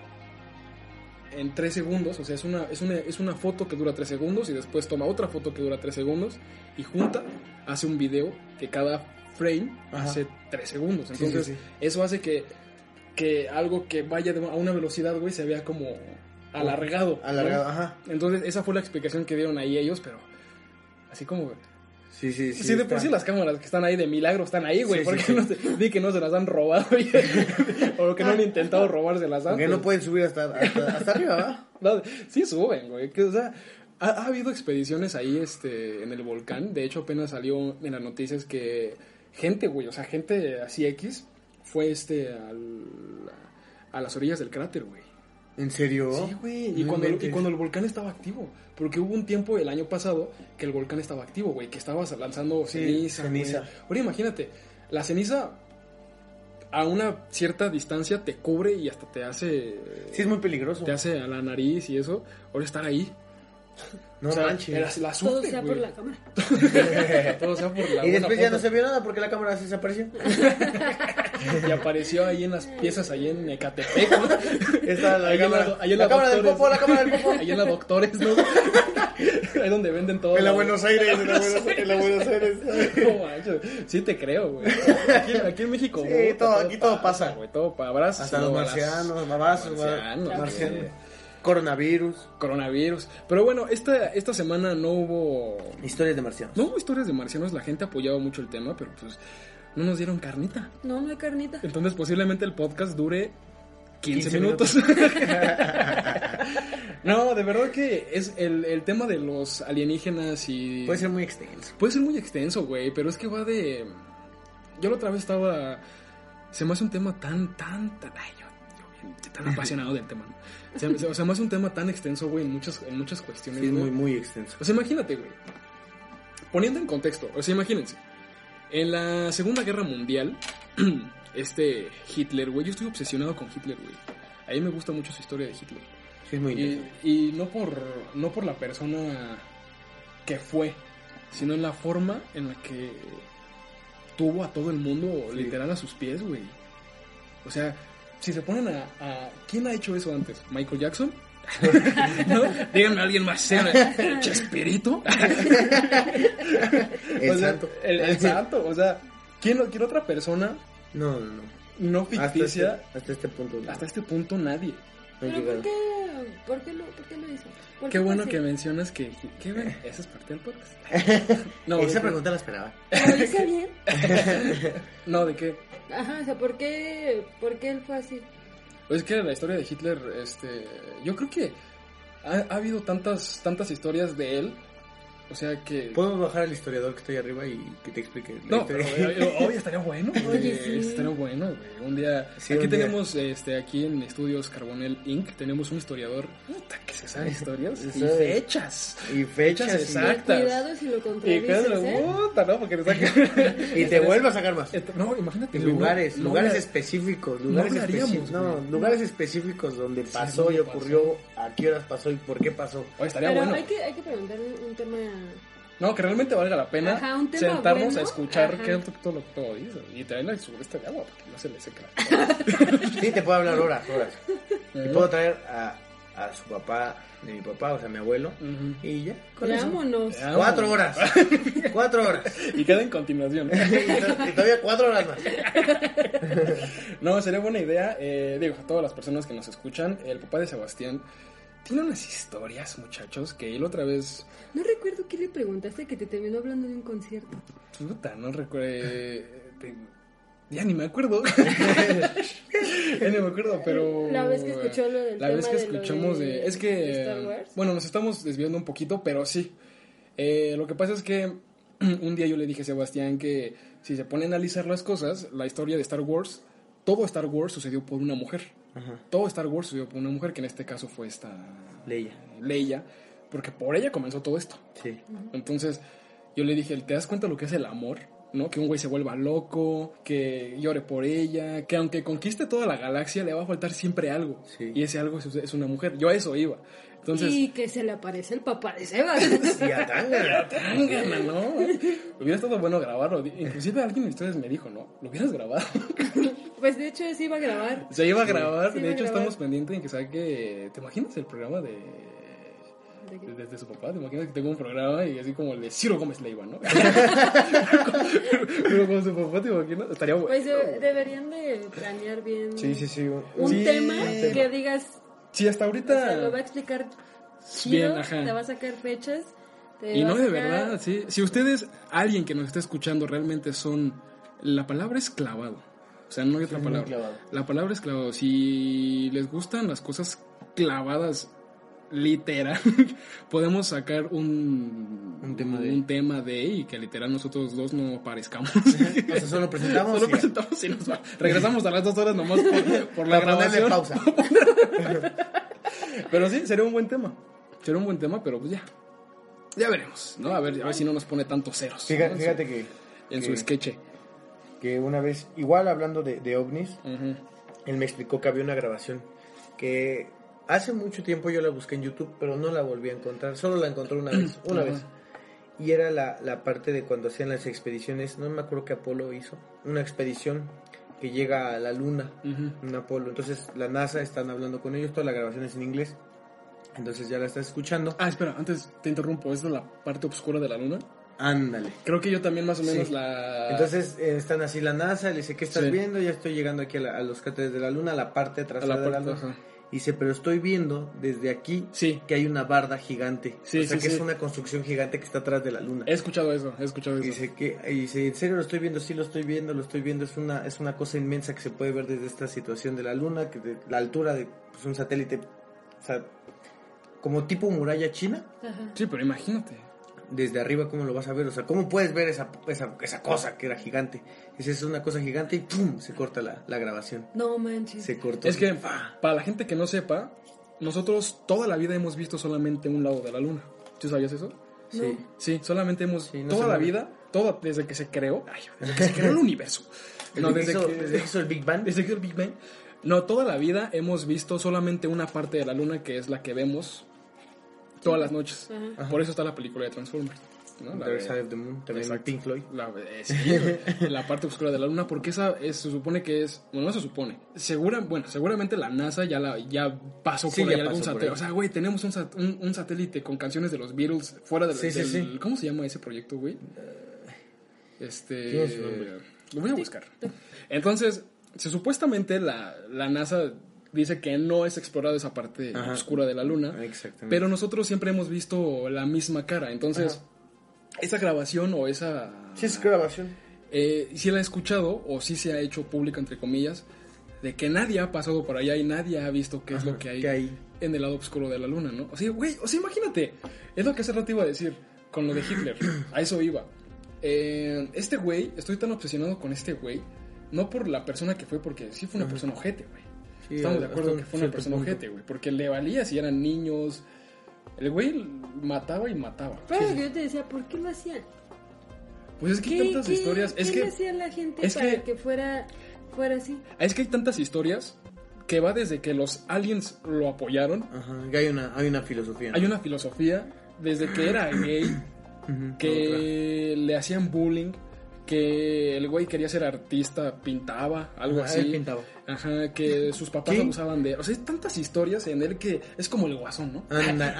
Speaker 1: en tres segundos, o sea, es una, es, una, es una foto que dura tres segundos y después toma otra foto que dura tres segundos y junta, hace un video que cada frame
Speaker 2: Ajá.
Speaker 1: hace tres segundos.
Speaker 2: Sí,
Speaker 1: Entonces,
Speaker 2: sí, sí.
Speaker 1: eso hace que, que algo que vaya de- a una velocidad, güey, se vea como alargado. ¿no?
Speaker 2: Alargado, ajá.
Speaker 1: Entonces, esa fue la explicación que dieron ahí ellos, pero así como...
Speaker 2: Sí, sí,
Speaker 1: Sí,
Speaker 2: sí.
Speaker 1: de por
Speaker 2: está.
Speaker 1: sí las cámaras que están ahí de milagro están ahí, güey,
Speaker 2: Sí, sí,
Speaker 1: porque
Speaker 2: sí.
Speaker 1: No se- di que no se las han robado y- o que no han intentado robárselas
Speaker 2: Porque
Speaker 1: antes.
Speaker 2: no pueden subir hasta, hasta, hasta arriba, ¿verdad?
Speaker 1: No, sí suben, güey. que, o sea, ha, ha habido expediciones ahí este, en el volcán. De hecho, apenas salió en las noticias que gente, güey, o sea, gente así X fue este al- a las orillas del cráter, güey.
Speaker 2: ¿En serio?
Speaker 1: Sí, güey. Y,
Speaker 2: No
Speaker 1: cuando, y
Speaker 2: inventes.
Speaker 1: cuando el volcán estaba activo. Porque hubo un tiempo el año pasado que el volcán estaba activo, güey. Que estabas lanzando
Speaker 2: Sí,
Speaker 1: ceniza. güey.
Speaker 2: ceniza.
Speaker 1: Ahora imagínate, la ceniza a una cierta distancia te cubre y hasta te hace.
Speaker 2: Sí, es muy peligroso.
Speaker 1: te hace a la nariz y eso. Ahora estar ahí.
Speaker 2: No
Speaker 1: o sea,
Speaker 2: manches.
Speaker 1: era- la suerte,
Speaker 3: Todo sea por
Speaker 1: güey.
Speaker 3: la cámara.
Speaker 1: Todo sea por la
Speaker 2: y después
Speaker 1: buena
Speaker 2: ya no
Speaker 1: foto.
Speaker 2: se vio nada porque la cámara se desapareció.
Speaker 1: Y apareció ahí en las piezas, ahí en Ecatepec, ¿no?
Speaker 2: Esta la
Speaker 1: Ahí en
Speaker 2: cámara.
Speaker 1: do- ahí en
Speaker 2: la cámara del
Speaker 1: Doctores.
Speaker 2: popo, la cámara del popo.
Speaker 1: Ahí en la Doctores, ¿no? Ahí donde venden todo.
Speaker 2: En la
Speaker 1: lo-
Speaker 2: Buenos Aires, en la Buenos, en la Buenos Aires.
Speaker 1: No manches, sí te creo, güey. Aquí, aquí en México,
Speaker 2: Sí,
Speaker 1: güey,
Speaker 2: todo- aquí todo pasa.
Speaker 1: güey, todo para abrazos.
Speaker 2: Hasta
Speaker 1: no,
Speaker 2: los
Speaker 1: abrazos.
Speaker 2: marcianos, babazos,
Speaker 1: Marcianos,
Speaker 2: marcianos.
Speaker 1: güey.
Speaker 2: Coronavirus.
Speaker 1: Coronavirus. Pero bueno, esta, esta semana no hubo...
Speaker 2: Historias de marcianos.
Speaker 1: No hubo historias de marcianos, la gente apoyaba mucho el tema, pero pues no nos dieron carnita.
Speaker 3: No, no hay carnita.
Speaker 1: Entonces posiblemente el podcast dure 15,
Speaker 2: 15
Speaker 1: minutos. no, de verdad que es el, el tema de los alienígenas y...
Speaker 2: Puede ser muy extenso.
Speaker 1: Puede ser muy extenso, güey, pero es que va de... Yo la otra vez estaba... Se me hace un tema tan, tan, tan... Ay, yo, yo bien- tan apasionado del tema. ¿no? Se, se- se me hace un tema tan extenso, güey, en muchas, en muchas cuestiones.
Speaker 2: Sí, es
Speaker 1: güey.
Speaker 2: muy, muy extenso.
Speaker 1: O sea, imagínate, güey. Poniendo en contexto, o sea, imagínense. En la Segunda Guerra Mundial, este Hitler, güey, yo estoy obsesionado con Hitler, güey. A mí me gusta mucho su historia de Hitler.
Speaker 2: Sí, es muy
Speaker 1: Y,
Speaker 2: interesante.
Speaker 1: y no por no por la persona que fue, sino en la forma en la que tuvo a todo el mundo
Speaker 2: Sí.
Speaker 1: literal a sus pies, güey. O sea, si se ponen a, a- ¿Quién ha hecho eso antes? ¿Michael Jackson? ¿No? Díganme a alguien más, sea, ¿Chespirito?
Speaker 2: El
Speaker 1: O sea,
Speaker 2: santo.
Speaker 1: el- el santo, o sea, ¿quién, quién otra persona
Speaker 2: No, no, no.
Speaker 1: no
Speaker 2: Hasta este,
Speaker 1: ficticia
Speaker 2: hasta este punto. no.
Speaker 1: hasta este punto nadie?
Speaker 2: No
Speaker 3: ¿Pero por
Speaker 2: llegaron.
Speaker 3: qué, por, qué lo, ¿por qué lo hizo? ¿Por
Speaker 1: Qué
Speaker 3: fue
Speaker 1: bueno
Speaker 3: así?
Speaker 1: que mencionas que... ¿Qué bueno, Esa es parte del podcast.
Speaker 2: Esa
Speaker 1: de-
Speaker 2: pregunta la esperaba.
Speaker 3: ¿Lo hice bien?
Speaker 1: No, ¿de qué?
Speaker 3: Ajá, o sea, ¿por qué, por qué él fue así?
Speaker 1: Es que la historia de Hitler, este, yo creo que ha, ha habido tantas, tantas historias de él, o sea que...
Speaker 2: ¿Puedo bajar al historiador que estoy arriba y que te explique? la
Speaker 1: No, pero
Speaker 2: historia?
Speaker 1: eh, hoy estaría bueno, güey,
Speaker 3: Oye, sí.
Speaker 1: estaría bueno, güey, un día...
Speaker 2: Sí,
Speaker 1: aquí
Speaker 2: un día.
Speaker 1: tenemos, este, aquí en Estudios Carbonel Inc., tenemos un historiador puta, que se sabe historias
Speaker 2: Se
Speaker 1: y
Speaker 2: sabe.
Speaker 1: fechas.
Speaker 2: Y fechas
Speaker 1: Fechas
Speaker 2: y-
Speaker 1: exactas.
Speaker 3: Cuidado si lo
Speaker 1: Y uh,
Speaker 3: contradices,
Speaker 1: Pedro,
Speaker 3: ¿eh?
Speaker 1: puta, ¿no? Porque te saca...
Speaker 2: Y, te vuelvo a sacar más.
Speaker 1: Esto- No, imagínate.
Speaker 2: En lugares,
Speaker 1: no- no
Speaker 2: lugares
Speaker 1: la-
Speaker 2: específicos, lugares
Speaker 1: hablaríamos,
Speaker 2: específicos, no,
Speaker 1: güey.
Speaker 2: lugares específicos donde
Speaker 1: Sí,
Speaker 2: pasó
Speaker 1: donde
Speaker 2: y ocurrió, a qué horas pasó y por qué pasó.
Speaker 1: Oye, estaría
Speaker 3: Pero
Speaker 1: bueno.
Speaker 3: hay, que, hay que preguntar un, un tema...
Speaker 1: No, que realmente valga la pena
Speaker 3: Ajá, un tema
Speaker 1: sentarnos
Speaker 3: bueno,
Speaker 1: a escuchar
Speaker 3: ajá.
Speaker 1: qué es todo lo que todo dice. Y traer la sureste de este agua, porque no se le seca.
Speaker 2: Sí, te puedo hablar horas, horas. Te
Speaker 1: Ujú.
Speaker 2: puedo traer a, a su papá, de mi papá, o sea, mi abuelo,
Speaker 1: Ujú.
Speaker 2: y ya. con eso.
Speaker 3: Vámonos.
Speaker 1: Ya.
Speaker 2: Cuatro horas, cuatro horas.
Speaker 1: Ah, Y queda en continuación.
Speaker 2: Y todavía cuatro horas más.
Speaker 1: No, sería buena idea. eh, digo, a todas las personas que nos escuchan, el papá de Sebastián tiene unas historias, muchachos, que él otra vez.
Speaker 3: No recuerdo qué le preguntaste que te terminó hablando de un concierto.
Speaker 1: Puta, no recuerdo. eh, Ya ni me acuerdo. ya ni me acuerdo, pero.
Speaker 3: La vez que escuchó lo del
Speaker 1: La
Speaker 3: tema
Speaker 1: vez que
Speaker 3: de lo
Speaker 1: escuchamos de,
Speaker 3: de
Speaker 1: Es que...
Speaker 3: Star Wars.
Speaker 1: Bueno, nos estamos desviando un poquito, pero sí. Eh, lo que pasa es que un día yo le dije a Sebastián que si se pone a analizar las cosas, la historia de Star Wars, todo Star Wars sucedió por una mujer. Todo Star Wars sucedió por una mujer, que en este caso fue esta
Speaker 2: Leia,
Speaker 1: Leia, porque por ella comenzó todo esto.
Speaker 2: sí.
Speaker 1: Entonces yo le dije, ¿te das cuenta lo que es el amor? ¿no? Que un güey se vuelva loco, que llore por ella, que aunque conquiste toda la galaxia, le va a faltar siempre algo.
Speaker 2: Sí.
Speaker 1: Y ese algo es, es una mujer. Yo a eso iba. Entonces,
Speaker 3: Y que se le aparece el papá de Sebas.
Speaker 2: Y a Tangana.
Speaker 1: Tángana, ¿no? Hubiera estado bueno grabarlo. Inclusive alguien de ustedes me dijo, ¿no? Lo hubieras grabado.
Speaker 3: pues de hecho, sí iba a grabar.
Speaker 1: Se iba a grabar.
Speaker 3: Sí, iba
Speaker 1: de
Speaker 3: a
Speaker 1: hecho,
Speaker 3: grabar.
Speaker 1: estamos pendientes en que saque... ¿Te imaginas el programa de...
Speaker 3: ¿De qué?
Speaker 1: Desde su papá, te imaginas que tengo un programa y así como el de Ciro Gómez Leiva, ¿no? Pero con su papá, ¿te imaginas? Estaría bueno.
Speaker 3: Pues de- deberían de planear bien
Speaker 2: Sí, sí, sí.
Speaker 3: un
Speaker 1: Sí,
Speaker 3: tema
Speaker 1: un
Speaker 3: que digas,
Speaker 1: Sí, hasta
Speaker 3: o sea, lo va a
Speaker 1: ahorita.
Speaker 3: explicar
Speaker 1: Bien,
Speaker 3: chido,
Speaker 1: ajá.
Speaker 3: te va a sacar fechas. te
Speaker 1: Y
Speaker 3: va
Speaker 1: no
Speaker 3: a
Speaker 1: de
Speaker 3: sacar-
Speaker 1: verdad, sí. Si ustedes, alguien que nos está escuchando, realmente son. La palabra es clavado. O sea, no hay otra
Speaker 2: muy
Speaker 1: palabra.
Speaker 2: clavado.
Speaker 1: La palabra es clavado. Si les gustan las cosas clavadas, literal, podemos sacar un.
Speaker 2: Un tema de-
Speaker 1: un tema de. Y que literal nosotros dos no parezcamos.
Speaker 2: O sea, solo presentamos.
Speaker 1: Solo
Speaker 2: y-
Speaker 1: presentamos y nos va- Regresamos a las dos horas nomás por, por la
Speaker 2: para ponerle
Speaker 1: grabación.
Speaker 2: pausa.
Speaker 1: Pero sí, sería un buen tema. Sería un buen tema, pero pues ya. Ya veremos, ¿no? A ver, a ver si no nos pone tantos ceros. ¿no?
Speaker 2: Fíjate,
Speaker 1: En
Speaker 2: fíjate que,
Speaker 1: su, en
Speaker 2: que-
Speaker 1: su sketch.
Speaker 2: que una vez, igual hablando de, de ovnis,
Speaker 1: Ujú.
Speaker 2: él me explicó que había una grabación que hace mucho tiempo yo la busqué en YouTube, pero no la volví a encontrar. Solo la encontré una vez, una
Speaker 1: Ajá.
Speaker 2: vez. Y era la, la parte de cuando hacían las expediciones, no me acuerdo que Apolo hizo, una expedición que llega a la luna,
Speaker 1: Ujú.
Speaker 2: un Apolo. Entonces la NASA están hablando con ellos, toda la grabación es en inglés. Entonces ya la estás escuchando.
Speaker 1: Ah, espera, antes te interrumpo. Esta es la parte oscura de la luna.
Speaker 2: Ándale.
Speaker 1: Creo que yo también más o menos
Speaker 2: Sí.
Speaker 1: la...
Speaker 2: Entonces eh, están así la NASA, le dice, ¿qué estás
Speaker 1: Sí.
Speaker 2: viendo? Ya estoy llegando aquí a, la- a los cráteres de la Luna, a la parte
Speaker 1: a
Speaker 2: trasera
Speaker 1: la
Speaker 2: de la
Speaker 1: parte...
Speaker 2: Luna.
Speaker 1: ajá.
Speaker 2: Dice, pero estoy viendo desde aquí
Speaker 1: Sí,
Speaker 2: que hay una barda gigante.
Speaker 1: Sí,
Speaker 2: o sea,
Speaker 1: sí,
Speaker 2: que
Speaker 1: sí.
Speaker 2: es una construcción gigante que está atrás de la Luna.
Speaker 1: he escuchado eso, he escuchado eso.
Speaker 2: Y dice, que, y dice, ¿en serio lo estoy viendo? Sí, lo estoy viendo, lo estoy viendo. Es una, es una cosa inmensa que se puede ver desde esta situación de la Luna, que de la altura de pues, un satélite, o sea, como tipo muralla china.
Speaker 3: Ajá.
Speaker 1: Sí, pero imagínate.
Speaker 2: desde arriba cómo lo vas a ver, o sea, cómo puedes ver esa, esa, esa cosa que era gigante. Esa es una cosa gigante y ¡pum! se corta la, la grabación.
Speaker 3: No manches.
Speaker 2: Se cortó.
Speaker 1: Es que, para la gente que no sepa, nosotros toda la vida hemos visto solamente un lado de la luna. ¿Tú sabías eso?
Speaker 3: No.
Speaker 2: Sí.
Speaker 1: Sí, solamente hemos
Speaker 2: Sí, no
Speaker 1: toda
Speaker 2: se
Speaker 1: la
Speaker 2: mueve.
Speaker 1: vida, toda desde que se creó, ay, desde que se creó el universo.
Speaker 2: Desde,
Speaker 1: No,
Speaker 2: que
Speaker 1: desde
Speaker 2: hizo,
Speaker 1: que-
Speaker 2: desde que hizo el Big Bang.
Speaker 1: desde que el Big Bang. No, toda la vida hemos visto solamente una parte de la luna que es la que vemos todas las noches.
Speaker 3: Ajá.
Speaker 1: Por eso está la película de Transformers. ¿no? La,
Speaker 2: Dark
Speaker 1: de-
Speaker 2: Side of the Moon, también
Speaker 1: Exacto.
Speaker 2: Pink Floyd.
Speaker 1: la- eh, sí, güey, la parte oscura de la luna, porque esa es- se supone que es, bueno, no se supone. Segura, bueno, seguramente la NASA ya la ya pasó
Speaker 2: Sí,
Speaker 1: por
Speaker 2: ya
Speaker 1: ahí algún
Speaker 2: pasó por
Speaker 1: satélite.
Speaker 2: ahí.
Speaker 1: O sea, güey, tenemos un, sat- un, un satélite con canciones de los Beatles fuera del,
Speaker 2: Sí, sí,
Speaker 1: del-
Speaker 2: sí.
Speaker 1: ¿cómo se llama ese proyecto, güey? Este,
Speaker 2: tiene su nombre.
Speaker 1: lo voy a buscar. Entonces, se- supuestamente la, la NASA dice que no es explorado esa parte
Speaker 2: Ajá.
Speaker 1: oscura de la luna.
Speaker 2: Exactamente.
Speaker 1: Pero nosotros siempre hemos visto la misma cara. Entonces, esa grabación o esa.
Speaker 2: Sí, es grabación.
Speaker 1: eh, sí la he escuchado o sí se ha hecho pública, entre comillas, de que nadie ha pasado por allá y nadie ha visto qué es
Speaker 2: Ajá,
Speaker 1: lo que hay,
Speaker 2: ¿qué hay?
Speaker 1: en el lado oscuro de la luna, ¿no? O sea, güey, o sea, imagínate. Es lo que hace rato iba a decir con lo de Hitler. a eso iba. Eh, este güey, estoy tan obsesionado con este güey, no por la persona que fue, porque sí fue una persona ojete, güey.
Speaker 2: Sí,
Speaker 1: Estamos de
Speaker 2: hasta
Speaker 1: acuerdo
Speaker 2: un
Speaker 1: que fue una
Speaker 2: cierto
Speaker 1: persona
Speaker 2: punto.
Speaker 1: ojete, güey. Porque le valía si eran niños. El güey mataba y mataba.
Speaker 3: Pero lo que yo te decía, ¿por qué lo hacían?
Speaker 1: Pues es que hay
Speaker 3: ¿Qué-
Speaker 1: tantas
Speaker 3: qué-
Speaker 1: historias.
Speaker 3: qué
Speaker 1: Es
Speaker 3: le
Speaker 1: que,
Speaker 3: hacía la gente
Speaker 1: es
Speaker 3: para
Speaker 1: que-
Speaker 3: que, fuera, fuera así?
Speaker 1: es que hay tantas historias que va desde que los aliens lo apoyaron.
Speaker 2: Ajá, que hay una, hay una filosofía. ¿no?
Speaker 1: Hay una filosofía desde que era gay,
Speaker 2: Ujú, otra.
Speaker 1: que le hacían bullying, que el güey quería ser artista, pintaba, algo
Speaker 2: Ah,
Speaker 1: así.
Speaker 2: él pintaba.
Speaker 1: Ajá, que sus papás
Speaker 2: ¿Sí?
Speaker 1: abusaban de él. O sea, hay tantas historias en él que es como el guasón, ¿no?
Speaker 2: Anda-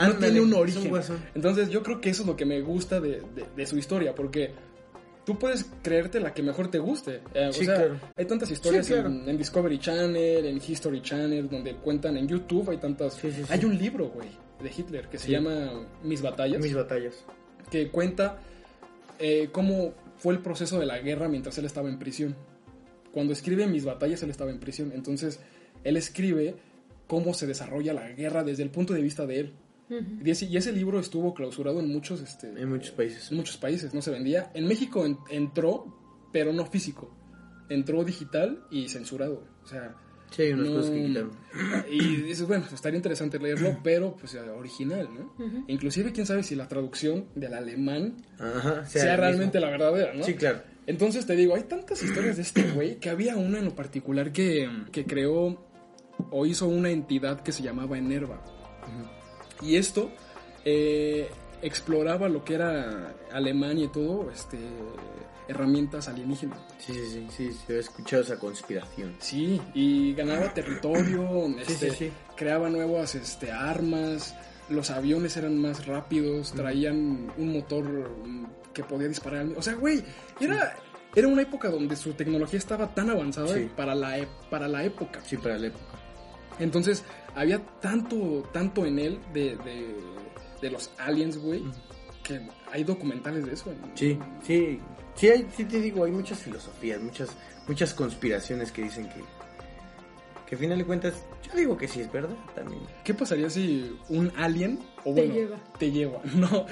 Speaker 1: no tiene
Speaker 2: ándale,
Speaker 1: un
Speaker 2: es
Speaker 1: origen.
Speaker 2: guasón.
Speaker 1: Entonces yo creo que eso es lo que me gusta de, de- de su historia, porque tú puedes creerte la que mejor te guste. Eh, o
Speaker 2: Sí,
Speaker 1: sea,
Speaker 2: claro.
Speaker 1: hay tantas historias
Speaker 2: Sí, claro.
Speaker 1: en, en Discovery Channel, en History Channel, donde cuentan en YouTube, hay tantas...
Speaker 2: Sí, sí, sí.
Speaker 1: Hay un libro, güey, de Hitler que se
Speaker 2: Sí.
Speaker 1: llama Mis batallas,
Speaker 2: Mis batallas.
Speaker 1: que cuenta eh, cómo fue el proceso de la guerra mientras él estaba en prisión. Cuando escribe Mis batallas, él estaba en prisión. Entonces, él escribe cómo se desarrolla la guerra desde el punto de vista de él.
Speaker 3: Ujú.
Speaker 1: Y ese, y ese libro estuvo clausurado en muchos, este,
Speaker 2: En muchos países.
Speaker 1: en muchos países, no se vendía. En México en- entró, pero no físico. Entró digital y censurado. O sea,
Speaker 2: Sí, hay unas
Speaker 1: no-
Speaker 2: cosas que quitaron.
Speaker 1: Y dices, bueno, pues, estaría interesante leerlo, pero pues original, ¿no?
Speaker 3: Ujú.
Speaker 1: Inclusive, quién sabe si la traducción del alemán
Speaker 2: Ajá.
Speaker 1: sea,
Speaker 2: el mismo.
Speaker 1: realmente la verdadera, ¿no?
Speaker 2: Sí, claro.
Speaker 1: Entonces te digo, hay tantas historias de este güey que había una en lo particular que, que creó o hizo una entidad que se llamaba Enerva. Y esto eh, exploraba lo que era Alemania y todo, este, herramientas alienígenas.
Speaker 2: Sí, sí, sí, sí, sí, he escuchado esa conspiración.
Speaker 1: Sí, y ganaba territorio,
Speaker 2: Sí,
Speaker 1: este,
Speaker 2: sí, sí.
Speaker 1: creaba nuevas este, armas, los aviones eran más
Speaker 2: Mm.
Speaker 1: rápidos, traían un motor mm, que podía disparar. al- O sea, güey, era, era una época donde su tecnología estaba tan avanzada
Speaker 2: Sí.
Speaker 1: para, la, e- para la época.
Speaker 2: Sí, para la época.
Speaker 1: Entonces, había tanto, tanto en él de, de, de los aliens, güey, que hay documentales de eso. en-
Speaker 2: Sí, sí. Sí, hay- sí te digo, hay muchas filosofías, muchas, muchas conspiraciones que dicen que, que al final de cuentas, yo digo que sí es verdad también.
Speaker 1: ¿Qué pasaría si un alien o
Speaker 3: Te
Speaker 1: bueno,
Speaker 3: lleva.
Speaker 1: te lleva? No,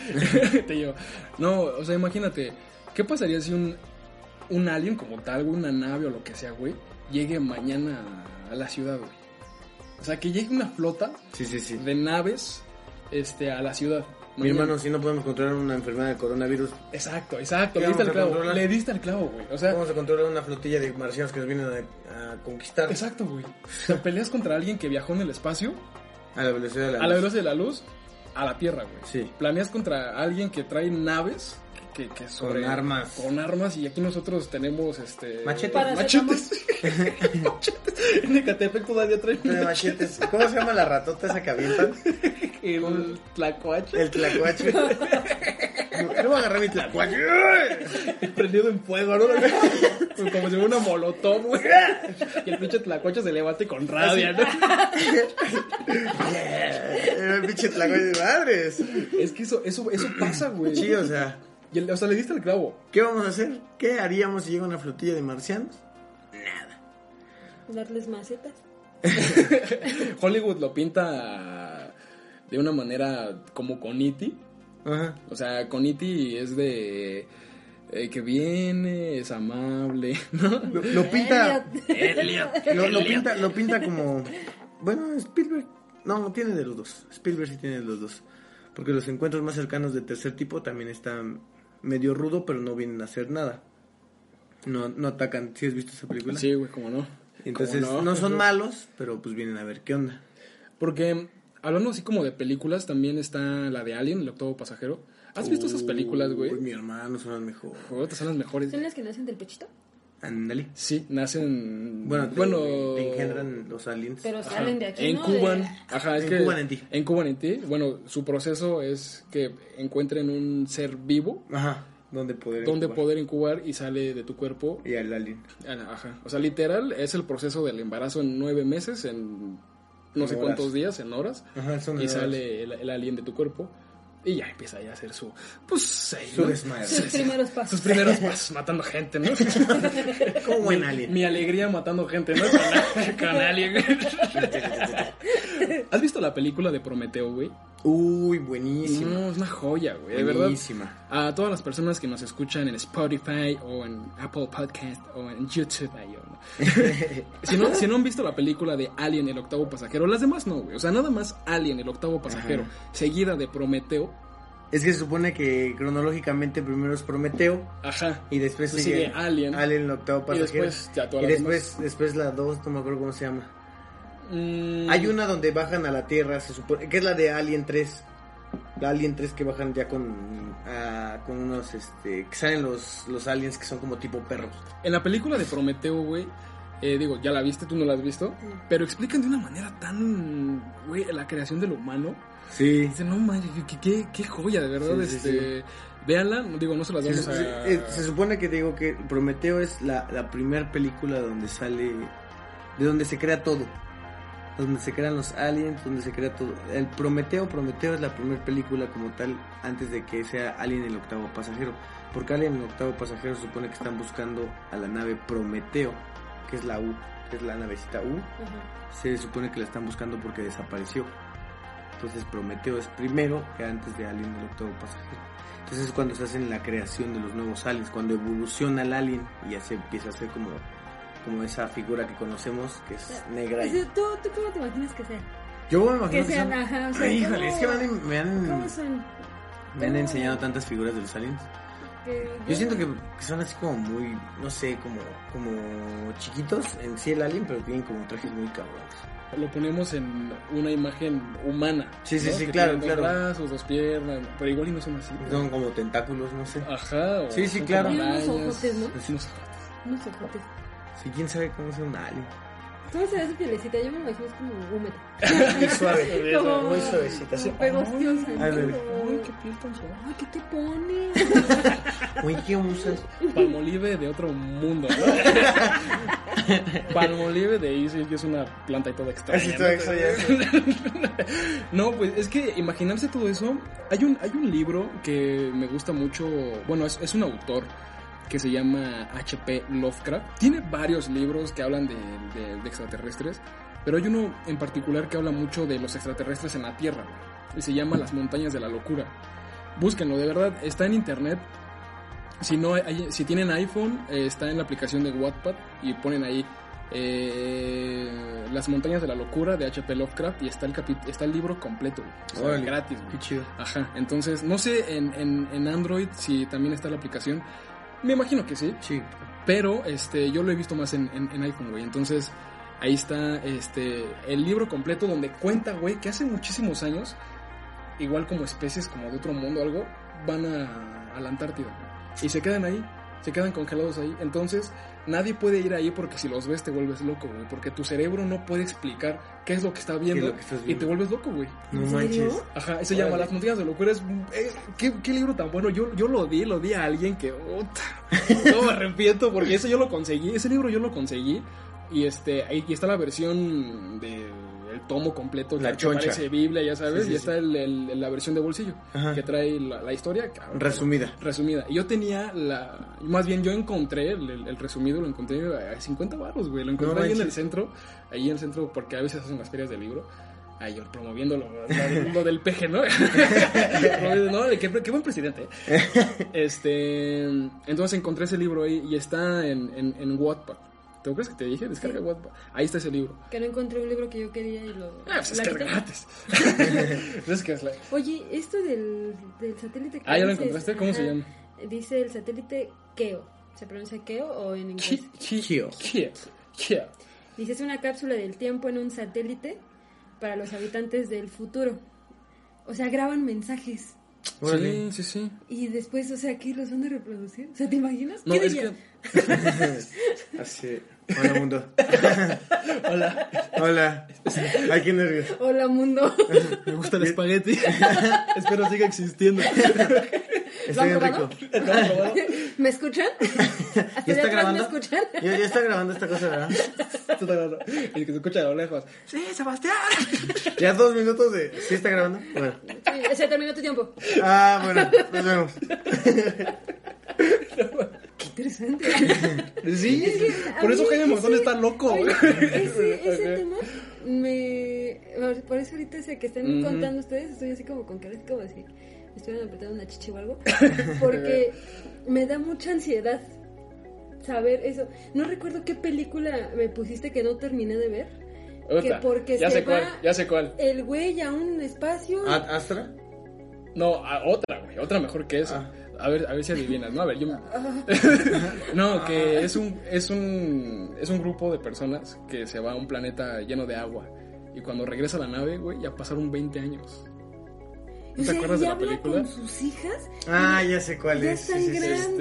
Speaker 1: te lleva. No, o sea, imagínate, ¿qué pasaría si un un alien como tal, güey, una nave o lo que sea, güey, llegue mañana a la ciudad, güey? O sea, que llegue una flota
Speaker 2: Sí, sí, sí.
Speaker 1: de naves este a la ciudad.
Speaker 2: Mi
Speaker 1: Mañana.
Speaker 2: hermano, si no podemos controlar una enfermedad de coronavirus,
Speaker 1: Exacto, exacto,
Speaker 2: ¿Qué
Speaker 1: le diste
Speaker 2: vamos
Speaker 1: el
Speaker 2: a
Speaker 1: clavo,
Speaker 2: controlar?
Speaker 1: le diste el clavo, güey. O sea,
Speaker 2: vamos a controlar una flotilla de marcianos que nos vienen a, a conquistar
Speaker 1: exacto, güey. O sea, peleas contra alguien que viajó en el espacio
Speaker 2: a la velocidad de la
Speaker 1: a la
Speaker 2: luz.
Speaker 1: velocidad de la luz a la Tierra, güey.
Speaker 2: Sí.
Speaker 1: planeas contra alguien que trae naves que, que- que sobre-
Speaker 2: Con armas.
Speaker 1: con armas y aquí nosotros tenemos este
Speaker 2: Machetes.
Speaker 1: machetes machetes en Ecatepec todavía traen
Speaker 2: Pero machetes. ¿Cómo se llama la ratota esa que avientan?
Speaker 1: el tlacuache
Speaker 2: El tlacuache. Yo voy a agarrar mi tlacuache.
Speaker 1: prendido en fuego ¿no? Pues como si fuera una molotov güey y el pinche tlacuache se levante con rabia ¿no?
Speaker 2: Eh, El pinche tlacuache de madres.
Speaker 1: es que eso eso eso pasa güey
Speaker 2: Sí, o sea,
Speaker 1: Y el- o sea le diste el clavo
Speaker 2: ¿qué vamos a hacer? ¿Qué haríamos si llega una flotilla de marcianos?
Speaker 3: Darles macetas.
Speaker 1: Hollywood lo pinta de una manera como con E.T.,
Speaker 2: Ajá.
Speaker 1: O sea, con Iti es de eh, que viene, es amable, ¿no?
Speaker 2: Lo, lo pinta.
Speaker 3: Elliot.
Speaker 2: Lo, lo pinta, lo pinta como. Bueno, Spielberg. No, tiene de los dos. Spielberg sí tiene de los dos. Porque los encuentros más cercanos de tercer tipo también están medio rudo, pero no vienen a hacer nada. No, no atacan. ¿Sí has visto esa película?
Speaker 1: Sí, güey, como no.
Speaker 2: Entonces,
Speaker 1: ¿Cómo
Speaker 2: no? son malos, pero pues vienen a ver qué onda.
Speaker 1: Porque hablando así como de películas, también está la de Alien, el octavo pasajero. ¿Has visto esas películas, güey?
Speaker 2: Uy, Mi hermano son las mejor.
Speaker 1: Joder, son las mejores.
Speaker 3: ¿Son las que nacen del pechito?
Speaker 2: Ándale.
Speaker 1: Sí, nacen.
Speaker 2: Bueno, te,
Speaker 1: bueno.
Speaker 2: te engendran los aliens.
Speaker 3: Pero
Speaker 1: ajá,
Speaker 3: salen de aquí,
Speaker 1: en
Speaker 3: ¿no?
Speaker 1: Cuban,
Speaker 3: De-
Speaker 1: ajá, es
Speaker 2: En
Speaker 1: que
Speaker 2: Cuban en E ti.
Speaker 1: en Cuban en ti, bueno, su proceso es que encuentren un ser vivo
Speaker 2: Ajá. Donde poder.
Speaker 1: donde
Speaker 2: incubar.
Speaker 1: poder incubar y sale de tu cuerpo
Speaker 2: Y al alien.
Speaker 1: Ah, no, Ajá. O sea, literal, es el proceso del embarazo en nueve meses, en no sé
Speaker 2: Horas.
Speaker 1: cuántos días, en horas.
Speaker 2: Ajá, son
Speaker 1: y
Speaker 2: las-
Speaker 1: sale el, el alien de tu cuerpo. Y ya empieza ya a hacer su. Pues. ahí,
Speaker 2: Su
Speaker 1: ¿no?
Speaker 2: desmadre.
Speaker 1: Sí,
Speaker 3: Sus
Speaker 1: sí.
Speaker 3: primeros pasos.
Speaker 1: Sus primeros pasos, matando gente, ¿no?
Speaker 2: Como buen
Speaker 1: mi,
Speaker 2: alien.
Speaker 1: mi alegría matando gente, ¿no? Con, con alien. ¿Has visto la película de Prometeo, güey?
Speaker 2: Uy, buenísima.
Speaker 1: No, es una joya, güey. Mm, De verdad.
Speaker 2: Buenísima.
Speaker 1: A todas las personas que nos escuchan en Spotify o en Apple Podcast o en YouTube. ay, yo no. si, no, si no han visto la película de Alien el octavo pasajero, las demás no, güey. O sea, nada más Alien el octavo pasajero, seguida de Prometeo.
Speaker 2: Es que se supone que cronológicamente primero es Prometeo
Speaker 1: Ajá.
Speaker 2: y después
Speaker 1: Sigue
Speaker 2: sigue,
Speaker 1: Alien.
Speaker 2: Alien, el octavo
Speaker 1: Y
Speaker 2: pasajero.
Speaker 1: después ya todas
Speaker 2: Y
Speaker 1: las
Speaker 2: después, después la dos, no me acuerdo cómo se llama.
Speaker 1: demás. Mm,
Speaker 2: Hay una donde bajan a la Tierra, se supone, que es la de Alien 3. La Alien 3 que bajan ya con, ah, con unos, este, que salen los, los aliens que son como tipo perros.
Speaker 1: En la película de Prometeo, güey. eh, digo, ya la viste, tú no la has visto.
Speaker 3: No.
Speaker 1: Pero explican de una manera tan. Güey, la creación del humano.
Speaker 2: Sí.
Speaker 1: Dicen, no manches, qué, qué, qué joya, de verdad.
Speaker 2: Sí, sí,
Speaker 1: este, Véanla, digo, no se las
Speaker 2: Se,
Speaker 1: vamos a.
Speaker 2: se- eh, se supone que digo que Prometeo es la, la primera película donde sale, de donde se crea todo. Donde se crean los aliens, donde se crea todo. El Prometeo, Prometeo es la primera película como tal antes de que sea Alien el octavo pasajero. Porque Alien el octavo pasajero se supone que están buscando a la nave Prometeo, que es la U, que es la navecita U.
Speaker 3: Ajá.
Speaker 2: Se supone que la están buscando porque desapareció. Entonces Prometeo es primero que antes de Alien el octavo pasajero. Entonces es cuando se hacen la creación de los nuevos aliens, cuando evoluciona el alien y ya se empieza a ser como, como esa figura que conocemos que es negra.
Speaker 3: O
Speaker 2: y-
Speaker 3: sea, ¿Tú, ¿Tú cómo te imaginas que sea?
Speaker 2: Yo me imagino
Speaker 3: Que
Speaker 2: que son-
Speaker 3: sean, ajá, o sea,
Speaker 2: Ay,
Speaker 3: ¿cómo-
Speaker 2: híjole, es que me han, me han-
Speaker 3: ¿Cómo son?
Speaker 2: me han enseñado tantas figuras de los aliens.
Speaker 3: que...
Speaker 2: Yo siento que que son así como muy, no sé, como, como chiquitos en sí el alien, pero tienen como trajes muy cabrones.
Speaker 1: Lo ponemos en una imagen humana.
Speaker 2: Sí, sí,
Speaker 1: ¿no?
Speaker 2: sí,
Speaker 1: Que
Speaker 2: claro,
Speaker 1: tienen dos
Speaker 2: claro.
Speaker 1: brazos, dos piernas, pero igual y no son así. ¿no?
Speaker 2: Son como tentáculos, no sé.
Speaker 1: Ajá. o
Speaker 2: Sí, sí,
Speaker 1: son
Speaker 2: claro.
Speaker 1: como
Speaker 3: Tienen unos
Speaker 1: arañas.
Speaker 3: ojotes, ¿no?
Speaker 1: Sí, unos ojotes.
Speaker 3: Unos ojotes.
Speaker 2: Sí, quién sabe cómo son un alien.
Speaker 3: Tú no sabes su pielecita, yo me imagino es como húmeda.
Speaker 2: Muy suave.
Speaker 3: Como-
Speaker 4: Muy suavecita.
Speaker 3: Como pegostiosa, ¿no?
Speaker 2: Ay, bebé.
Speaker 3: Como-
Speaker 1: Uy, qué piel tan suave.
Speaker 3: Ay, ¿qué te pones?
Speaker 2: Uy, ¿qué usas?
Speaker 1: Palmolive de otro mundo, ¿no? Palmolive de Isis, que es una planta y toda extraña.
Speaker 4: Así
Speaker 1: ¿no?
Speaker 4: todo eso ya.
Speaker 1: No, pues es que imaginarse todo eso. Hay un, hay un libro que me gusta mucho. Bueno, es, es un autor que se llama H.P. Lovecraft. Tiene varios libros que hablan de, de- de extraterrestres, pero hay uno en particular que habla mucho de los extraterrestres en la Tierra. Y se llama Las Montañas de la Locura. Búsquenlo, de verdad, está en internet. Si, no, hay- hay- si tienen iPhone, eh, está en la aplicación de Wattpad y ponen ahí eh, Las montañas de la locura de H.P. Lovecraft y está el capi- está el libro completo, güey. O sea,
Speaker 2: Órale.
Speaker 1: gratis. güey.
Speaker 2: Qué chido.
Speaker 1: Ajá, entonces no sé en, en, en Android si también está la aplicación. Me imagino que sí,
Speaker 2: Sí.
Speaker 1: pero este yo lo he visto más en, en- en iPhone, güey. Entonces ahí está este el libro completo donde cuenta, güey, que hace muchísimos años, igual como especies como de otro mundo o algo, van a, a la Antártida y se quedan ahí. Se quedan congelados ahí. Entonces, nadie puede ir ahí porque si los ves te vuelves loco, güey. Porque tu cerebro no puede explicar qué es lo que está
Speaker 2: ¿Qué es
Speaker 1: viendo
Speaker 2: lo que estás
Speaker 1: y te
Speaker 2: viendo?
Speaker 1: vuelves loco, güey.
Speaker 2: No
Speaker 3: ¿En
Speaker 2: manches.
Speaker 3: serio?
Speaker 1: Ajá, se llama
Speaker 2: Órale.
Speaker 1: Las Montañas de Locura. Es, es- ¿qué, qué libro tan bueno. Yo, yo lo di, lo di a alguien que. puta, no me arrepiento porque ese yo lo conseguí. Ese libro yo lo conseguí. Y este ahí está la versión del tomo completo.
Speaker 2: La
Speaker 1: que
Speaker 2: choncha.
Speaker 1: Parece Biblia, ya sabes.
Speaker 2: Sí, sí,
Speaker 1: y
Speaker 2: sí. Ah.
Speaker 1: está el- el- la versión de bolsillo
Speaker 2: Ajá.
Speaker 1: que trae la, la historia. cabrón.
Speaker 2: Resumida.
Speaker 1: Resumida. Y Yo tenía la. Más bien, yo encontré el, el- el resumido, lo encontré a 50 baros, güey. Lo encontré
Speaker 2: No
Speaker 1: ahí en el
Speaker 2: manches.
Speaker 1: centro. Ahí en el centro, porque a veces hacen las ferias del libro. Ahí yo promoviendo lo, lo- lo del peje, ¿no? Promoviendo, no, de qué, qué buen presidente. Este. Entonces encontré ese libro ahí y está en, en, en Wattpad. ¿Te acuerdas que te dije? Descarga
Speaker 3: Sí.
Speaker 1: Wattpad. Ahí está ese libro.
Speaker 3: Que no encontré un libro que yo quería y lo...
Speaker 1: Ah, pues es
Speaker 3: la
Speaker 1: que es
Speaker 3: quité.
Speaker 1: gratis. es que es la-
Speaker 3: Oye, esto del, del satélite... que
Speaker 1: Ah, ¿ya lo
Speaker 3: dices,
Speaker 1: encontraste? ¿Cómo se
Speaker 3: ajá,
Speaker 1: llama?
Speaker 3: Dice el satélite KEO. ¿Se pronuncia KEO o en inglés?
Speaker 1: Ki- ki-
Speaker 2: Kio.
Speaker 1: ki- ki-
Speaker 3: Dice, es una cápsula del tiempo en un satélite para los habitantes del futuro. O sea, graban mensajes.
Speaker 2: Órale.
Speaker 1: Sí, sí, sí.
Speaker 3: Y después, o sea, ¿qué los van a reproducir? O sea, ¿te imaginas?
Speaker 1: No,
Speaker 3: ¿Qué
Speaker 1: es
Speaker 3: diría?
Speaker 1: que.
Speaker 2: Así. Hola, mundo. Hola. Hola. Ay, qué nervios.
Speaker 3: Hola, mundo.
Speaker 1: Me gusta el espagueti. Espero siga existiendo.
Speaker 2: Estoy bien
Speaker 3: probado?
Speaker 2: rico.
Speaker 3: ¿Me escuchan? ¿Hasta
Speaker 2: ¿Ya
Speaker 3: allá
Speaker 2: está
Speaker 3: atrás
Speaker 2: grabando?
Speaker 3: me escuchan?
Speaker 2: Ya, ya está grabando esta cosa, ¿verdad?
Speaker 1: Y que se escucha a lo lejos. Sí, Sebastián.
Speaker 2: Ya dos minutos de. ¿Sí está grabando? Bueno.
Speaker 3: Sí, Se terminó tu tiempo.
Speaker 2: Ah, bueno, nos vemos.
Speaker 3: Qué interesante.
Speaker 1: Sí,
Speaker 3: a
Speaker 1: por eso
Speaker 3: mí
Speaker 1: Jaime
Speaker 3: ese-
Speaker 1: Maussan está loco.
Speaker 3: Oye, ese ese
Speaker 1: Ok.
Speaker 3: tema me... Por eso ahorita ese que están
Speaker 1: Ujú.
Speaker 3: contando ustedes, estoy así como con cara, así como así. Me estuvieran apretando una chichi o algo. Porque me da mucha ansiedad saber eso. No recuerdo qué película me pusiste que no terminé de ver. Que
Speaker 1: Puta,
Speaker 3: porque
Speaker 1: ya
Speaker 3: se
Speaker 1: sé cuál,
Speaker 3: va-
Speaker 1: ya sé cuál.
Speaker 3: El güey a un espacio.
Speaker 1: Ah,
Speaker 2: ¿A- ¿Astra?
Speaker 1: No, a otra, güey, otra mejor que esa.
Speaker 2: Ah.
Speaker 1: A ver, a ver si adivinas, ¿no? A ver, yo... no, que es un, es, un, es un grupo de personas que se va a un planeta lleno de agua. Y cuando regresa a la nave, güey, ya pasaron 20 años.
Speaker 3: O
Speaker 1: ¿No te
Speaker 3: sea,
Speaker 1: acuerdas
Speaker 3: y
Speaker 1: de la
Speaker 3: habla
Speaker 1: película?
Speaker 3: con sus hijas.
Speaker 2: Ah, ya sé cuál
Speaker 3: Ya
Speaker 2: es.
Speaker 3: están grandes.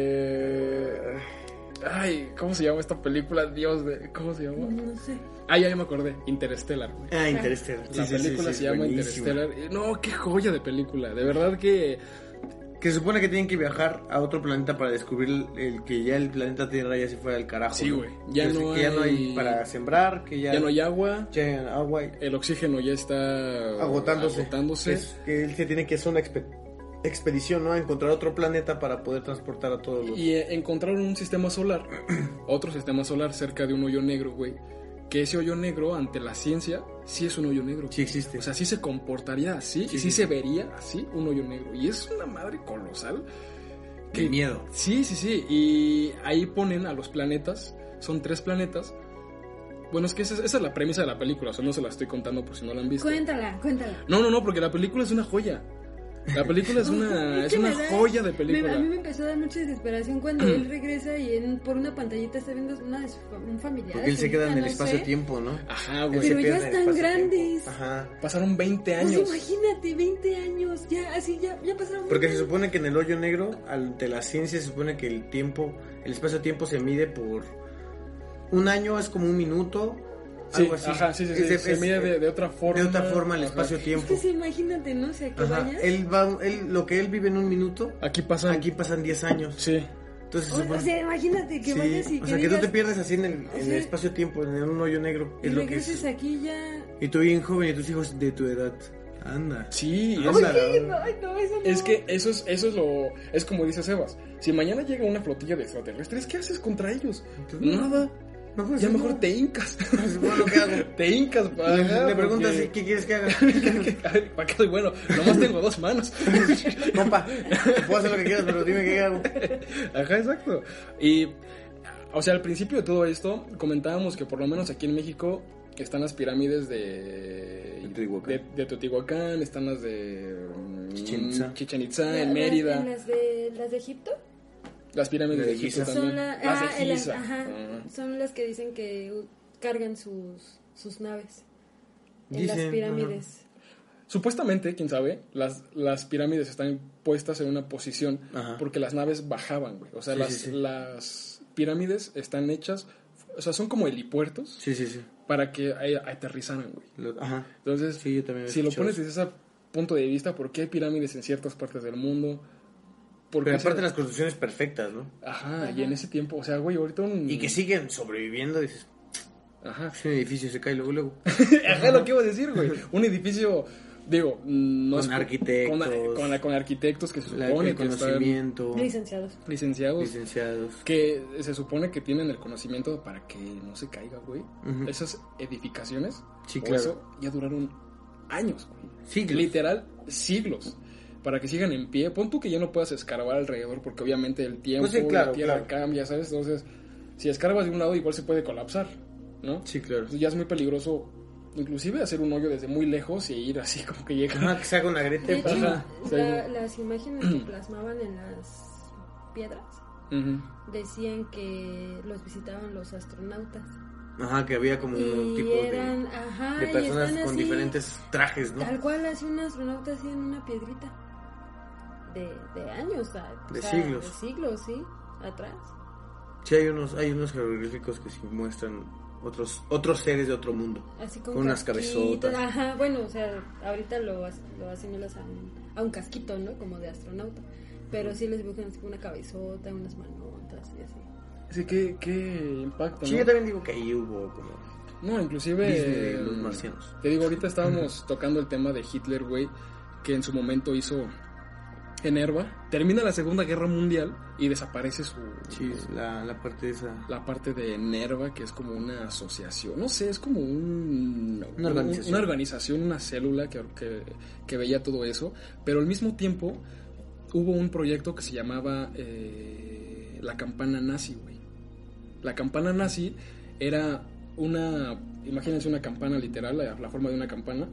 Speaker 1: Este. Ay, ¿cómo se llama esta película? Dios, de... ¿cómo se llama?
Speaker 3: No sé.
Speaker 1: Ah, ya, ya me acordé. Interstellar, güey.
Speaker 2: Ah, Interstellar.
Speaker 1: La película se llama
Speaker 2: buenísima.
Speaker 1: Interstellar. Eh, No, qué joya de película. De verdad que.
Speaker 2: Que se supone que tienen que viajar a otro planeta para descubrir el, el que ya el planeta Tierra ya se fue al carajo.
Speaker 1: Sí,
Speaker 2: ¿no?
Speaker 1: güey. Ya
Speaker 2: Que-
Speaker 1: no
Speaker 2: que ya no
Speaker 1: hay-
Speaker 2: hay para sembrar, que ya,
Speaker 1: Ya no hay agua.
Speaker 2: ya hay agua y-
Speaker 1: El oxígeno ya está.
Speaker 2: agotándose.
Speaker 1: agotándose.
Speaker 2: Es que él se tiene que hacer una expe- expedición, ¿no? A encontrar otro planeta para poder transportar a todos los.
Speaker 1: Y eh, encontraron un sistema solar. otro sistema solar cerca de un hoyo negro, güey. Que ese hoyo negro, ante la ciencia, sí es un hoyo negro.
Speaker 2: Sí existe.
Speaker 1: O sea, sí se comportaría así, y
Speaker 2: Sí,
Speaker 1: sí
Speaker 2: sí.
Speaker 1: se vería así un hoyo negro. Y es una madre colosal.
Speaker 2: Qué miedo.
Speaker 1: Sí, sí, sí. Y ahí ponen a los planetas. Son tres planetas. Bueno, es que esa, esa es la premisa de la película. O sea, no se la estoy contando por si no la han visto.
Speaker 3: Cuéntala, cuéntala.
Speaker 1: No, no, no, porque la película es una joya. La película es una, es
Speaker 3: que
Speaker 1: una
Speaker 3: me da-
Speaker 1: joya de
Speaker 3: me-
Speaker 1: película.
Speaker 3: a mí me empezó a dar mucha desesperación
Speaker 2: Mm.
Speaker 3: cuando él regresa y en, por una pantallita está viendo una de su fa- un familiar.
Speaker 2: Porque él se
Speaker 3: su
Speaker 2: queda
Speaker 3: hija,
Speaker 2: en el
Speaker 3: no sé.
Speaker 2: espacio-tiempo, ¿no?
Speaker 1: Ajá,
Speaker 2: Él se
Speaker 1: güey.
Speaker 3: Pero ya
Speaker 2: pierde en el
Speaker 3: están
Speaker 2: espacio-tiempo.
Speaker 3: grandes.
Speaker 2: Ajá.
Speaker 1: Pasaron 20
Speaker 3: Pues
Speaker 1: años.
Speaker 3: imagínate, 20 años, ya, así, ya, ya pasaron.
Speaker 2: Porque se
Speaker 3: muchos años.
Speaker 2: supone que en el hoyo negro, ante la ciencia, se supone que el tiempo, el espacio-tiempo se mide por un año es como un minuto,
Speaker 1: Sí,
Speaker 2: algo así.
Speaker 1: ajá, sí, sí, sí,
Speaker 2: Es de-
Speaker 1: se
Speaker 2: es-
Speaker 1: mide de, de otra forma.
Speaker 2: de otra forma el
Speaker 1: Ajá.
Speaker 3: Es
Speaker 2: espacio-tiempo.
Speaker 3: que sí, imagínate, ¿no? O sea, que
Speaker 2: Ajá,
Speaker 3: vayas.
Speaker 2: Él va, él, lo que él vive en un minuto,
Speaker 1: Aquí pasa.
Speaker 2: aquí pasan 10 años.
Speaker 1: Sí.
Speaker 2: Entonces se
Speaker 3: O,
Speaker 2: supone.
Speaker 3: o sea, imagínate que
Speaker 2: sí,
Speaker 3: vayas y
Speaker 2: o sea, que
Speaker 3: digas,
Speaker 2: tú te pierdes así en el, en
Speaker 3: o
Speaker 2: el
Speaker 3: sea,
Speaker 2: espacio-tiempo, en un hoyo negro.
Speaker 3: y
Speaker 2: Es lo que
Speaker 3: regreses
Speaker 2: es.
Speaker 3: aquí ya.
Speaker 2: Y tú bien joven y tus hijos de tu edad. Anda.
Speaker 1: Sí,
Speaker 2: Ay,
Speaker 1: es-
Speaker 2: Claro.
Speaker 3: Ay, no, ay, no, eso no.
Speaker 1: Es que eso es, eso es lo. Es como dice Sebas. Si mañana llega una flotilla de extraterrestres, ¿qué haces contra ellos?
Speaker 2: Entonces,
Speaker 1: Nada.
Speaker 2: No, pues,
Speaker 1: Ya
Speaker 2: no.
Speaker 1: mejor te hincas.
Speaker 2: Supongo lo que hago.
Speaker 1: te hincas para.
Speaker 2: Le- Le preguntas
Speaker 1: porque-
Speaker 2: qué quieres que haga.
Speaker 1: A ver, ¿Para qué soy bueno? Nomás tengo dos manos.
Speaker 2: Compa, puedo hacer lo que quieras, pero dime qué hago.
Speaker 1: Ajá, exacto. Y, o sea, al principio de todo esto, comentábamos que por lo menos aquí en México están las pirámides de.
Speaker 2: De Teotihuacán.
Speaker 1: De, de Teotihuacán, están las de. mm,
Speaker 2: Chichén Itzá.
Speaker 1: Chichén Itzá,
Speaker 3: La-
Speaker 1: ah, en
Speaker 3: la-
Speaker 1: Mérida.
Speaker 3: en las, de, las de Egipto
Speaker 1: Las pirámides de
Speaker 2: La de
Speaker 1: Egipto
Speaker 2: Giza.
Speaker 1: también.
Speaker 3: son, la-
Speaker 1: las
Speaker 3: ah,
Speaker 1: de
Speaker 3: en las-
Speaker 1: Giza.
Speaker 3: ajá,
Speaker 1: Ah.
Speaker 3: son las que dicen que uh, cargan sus, sus naves en las
Speaker 2: Dicen,
Speaker 3: pirámides.
Speaker 1: Supuestamente, quién sabe, las, las pirámides están puestas en una posición
Speaker 2: Ajá.
Speaker 1: porque las naves bajaban, güey. O sea,
Speaker 2: Sí,
Speaker 1: las,
Speaker 2: sí, sí.
Speaker 1: las pirámides están hechas, o sea, son como helipuertos
Speaker 2: Sí, sí, sí.
Speaker 1: para que eh, aterrizaran, güey.
Speaker 2: Lo- ajá.
Speaker 1: Entonces,
Speaker 2: Sí, yo también. he
Speaker 1: si lo
Speaker 2: escuchado
Speaker 1: pones
Speaker 2: eso.
Speaker 1: desde ese punto de vista, ¿por qué hay pirámides en ciertas partes del mundo? Porque
Speaker 2: Pero aparte las construcciones perfectas, ¿no?
Speaker 1: Ajá, y en ese tiempo, o sea, güey, ahorita un...
Speaker 2: Y que siguen sobreviviendo, dices,
Speaker 1: Ajá.
Speaker 2: si un edificio se cae luego, luego.
Speaker 1: Ajá, lo que iba a decir, güey. Un edificio, digo, no
Speaker 2: Con
Speaker 1: es-
Speaker 2: arquitectos.
Speaker 1: Con, con, con arquitectos que se
Speaker 2: La-
Speaker 1: supone
Speaker 2: el
Speaker 1: que están
Speaker 2: conocimiento,
Speaker 3: Licenciados.
Speaker 1: licenciados,
Speaker 2: licenciados.
Speaker 1: que se supone que tienen el conocimiento para que no se caiga, güey.
Speaker 2: Ujú.
Speaker 1: Esas edificaciones,
Speaker 2: Sí,
Speaker 1: o
Speaker 2: claro.
Speaker 1: eso, ya duraron años, güey.
Speaker 2: Siglos.
Speaker 1: Literal, siglos. Para que sigan en pie. Pon tú que ya no puedas escarbar alrededor porque obviamente el tiempo,
Speaker 2: Pues sí,
Speaker 1: la
Speaker 2: claro,
Speaker 1: tierra
Speaker 2: claro.
Speaker 1: cambia, ¿sabes? Entonces, si escarbas de un lado igual se puede colapsar, ¿no?
Speaker 2: Sí, claro.
Speaker 1: Entonces ya es muy peligroso, inclusive hacer un hoyo desde muy lejos y ir así como que llega.
Speaker 2: Ajá, que se haga una greta.
Speaker 3: De hecho,
Speaker 1: Ajá, sí.
Speaker 3: la- las imágenes que plasmaban en las piedras
Speaker 1: Ujú.
Speaker 3: decían que los visitaban los astronautas.
Speaker 2: Ajá, que había como un
Speaker 3: Y
Speaker 2: tipo de,
Speaker 3: eran, ajá,
Speaker 2: de
Speaker 3: y
Speaker 2: personas
Speaker 3: están
Speaker 2: con
Speaker 3: así,
Speaker 2: diferentes trajes, ¿no?
Speaker 3: Tal cual hace un astronauta así en una piedrita. De, de años, a- o
Speaker 2: De
Speaker 3: sea,
Speaker 2: siglos.
Speaker 3: De siglos, sí, atrás.
Speaker 2: Sí, hay unos, hay unos jeroglíficos que sí muestran otros, otros seres de otro mundo.
Speaker 3: Así con,
Speaker 2: Con unas
Speaker 3: casquito,
Speaker 2: cabezotas.
Speaker 3: Ajá, bueno, o sea, ahorita lo, as- lo asimilas a un, a un casquito, ¿no? Como de astronauta. Pero sí les buscan así con una cabezota, unas manotas y así.
Speaker 1: Así que, qué impacto.
Speaker 2: Sí,
Speaker 1: ¿no?
Speaker 2: yo también digo que ahí hubo como
Speaker 1: No, inclusive...
Speaker 2: Disney de los
Speaker 1: eh,
Speaker 2: marcianos.
Speaker 1: Te digo, ahorita estábamos tocando el tema de Hitler, güey, que en su momento hizo enerva. Termina la Segunda Guerra Mundial y desaparece su...
Speaker 2: Sí, es la, la parte de esa.
Speaker 1: la parte de Nerva, que es como una asociación, no sé, es como un,
Speaker 2: Una organización.
Speaker 1: una, organización, una célula que, que, que veía todo eso, pero al mismo tiempo hubo un proyecto que se llamaba eh, La Campana Nazi, güey. La Campana Nazi era una, imagínense una campana literal, la, la forma de una campana,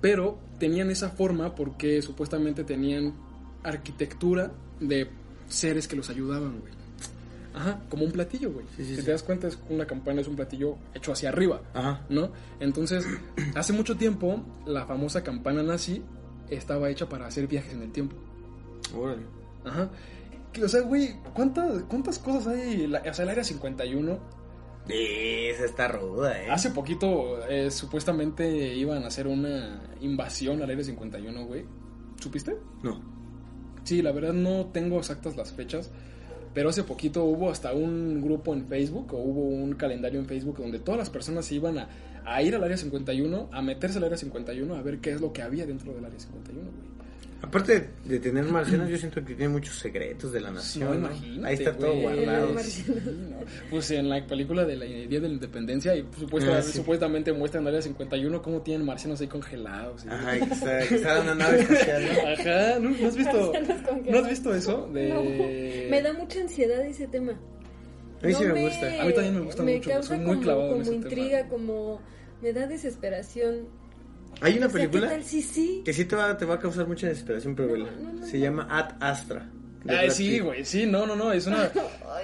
Speaker 1: pero tenían esa forma porque supuestamente tenían arquitectura de seres que los ayudaban, güey. Ajá, como un platillo, güey.
Speaker 2: Sí, sí,
Speaker 1: si
Speaker 2: sí.
Speaker 1: te das cuenta, es una campana es un platillo hecho hacia arriba,
Speaker 2: Ajá.
Speaker 1: ¿no? Entonces, hace mucho tiempo, la famosa campana nazi estaba hecha para hacer viajes en el tiempo.
Speaker 2: Órale.
Speaker 1: Ajá. Que, O sea, güey, ¿cuántas, ¿cuántas cosas hay? La- o sea, el Área 51,
Speaker 2: Esa está ruda, eh.
Speaker 1: Hace poquito, eh, supuestamente iban a hacer una invasión al Área 51, güey. ¿Supiste?
Speaker 2: No.
Speaker 1: Sí, la verdad no tengo exactas las fechas. Pero hace poquito hubo hasta un grupo en Facebook, o hubo un calendario en Facebook donde todas las personas se iban a, a ir al Área 51, a meterse al Área 51, a ver qué es lo que había dentro del Área 51, güey.
Speaker 2: Aparte de- de tener marcianos, yo siento que tiene muchos secretos de la
Speaker 1: No,
Speaker 2: nación. ¿no?
Speaker 1: imagínate,
Speaker 2: Ahí está todo
Speaker 1: güey.
Speaker 2: guardado.
Speaker 1: Sí, no. Pues en la película de la Día de la Independencia, y supuestamente,
Speaker 2: Ah, sí.
Speaker 1: supuestamente muestran al Área 51 cómo tienen marcianos ahí congelados. y-
Speaker 2: Ajá, y que está, que está en una nave espacial, ¿no?
Speaker 1: Ajá, ¿no, no has visto?
Speaker 3: Marcianos con
Speaker 1: ¿No has
Speaker 3: que-
Speaker 1: visto eso? De...
Speaker 3: No, me da mucha ansiedad ese tema.
Speaker 2: A mí sí
Speaker 3: No
Speaker 2: me gusta.
Speaker 1: A mí también me gusta mucho,
Speaker 3: causa
Speaker 1: soy muy
Speaker 3: como,
Speaker 1: clavado en
Speaker 3: como
Speaker 1: ese tema.
Speaker 3: intriga, como me da desesperación
Speaker 2: Hay una
Speaker 3: O sea,
Speaker 2: película
Speaker 3: ¿Qué tal si sí?
Speaker 2: que sí te va, te va a causar mucha desesperación, pero
Speaker 3: No,
Speaker 2: vela.
Speaker 3: no, no,
Speaker 2: Se
Speaker 3: no.
Speaker 2: llama Ad Astra. de
Speaker 1: Ah,
Speaker 2: Brad
Speaker 1: sí,
Speaker 2: Pitt.
Speaker 1: güey, sí, no, no, no, es una...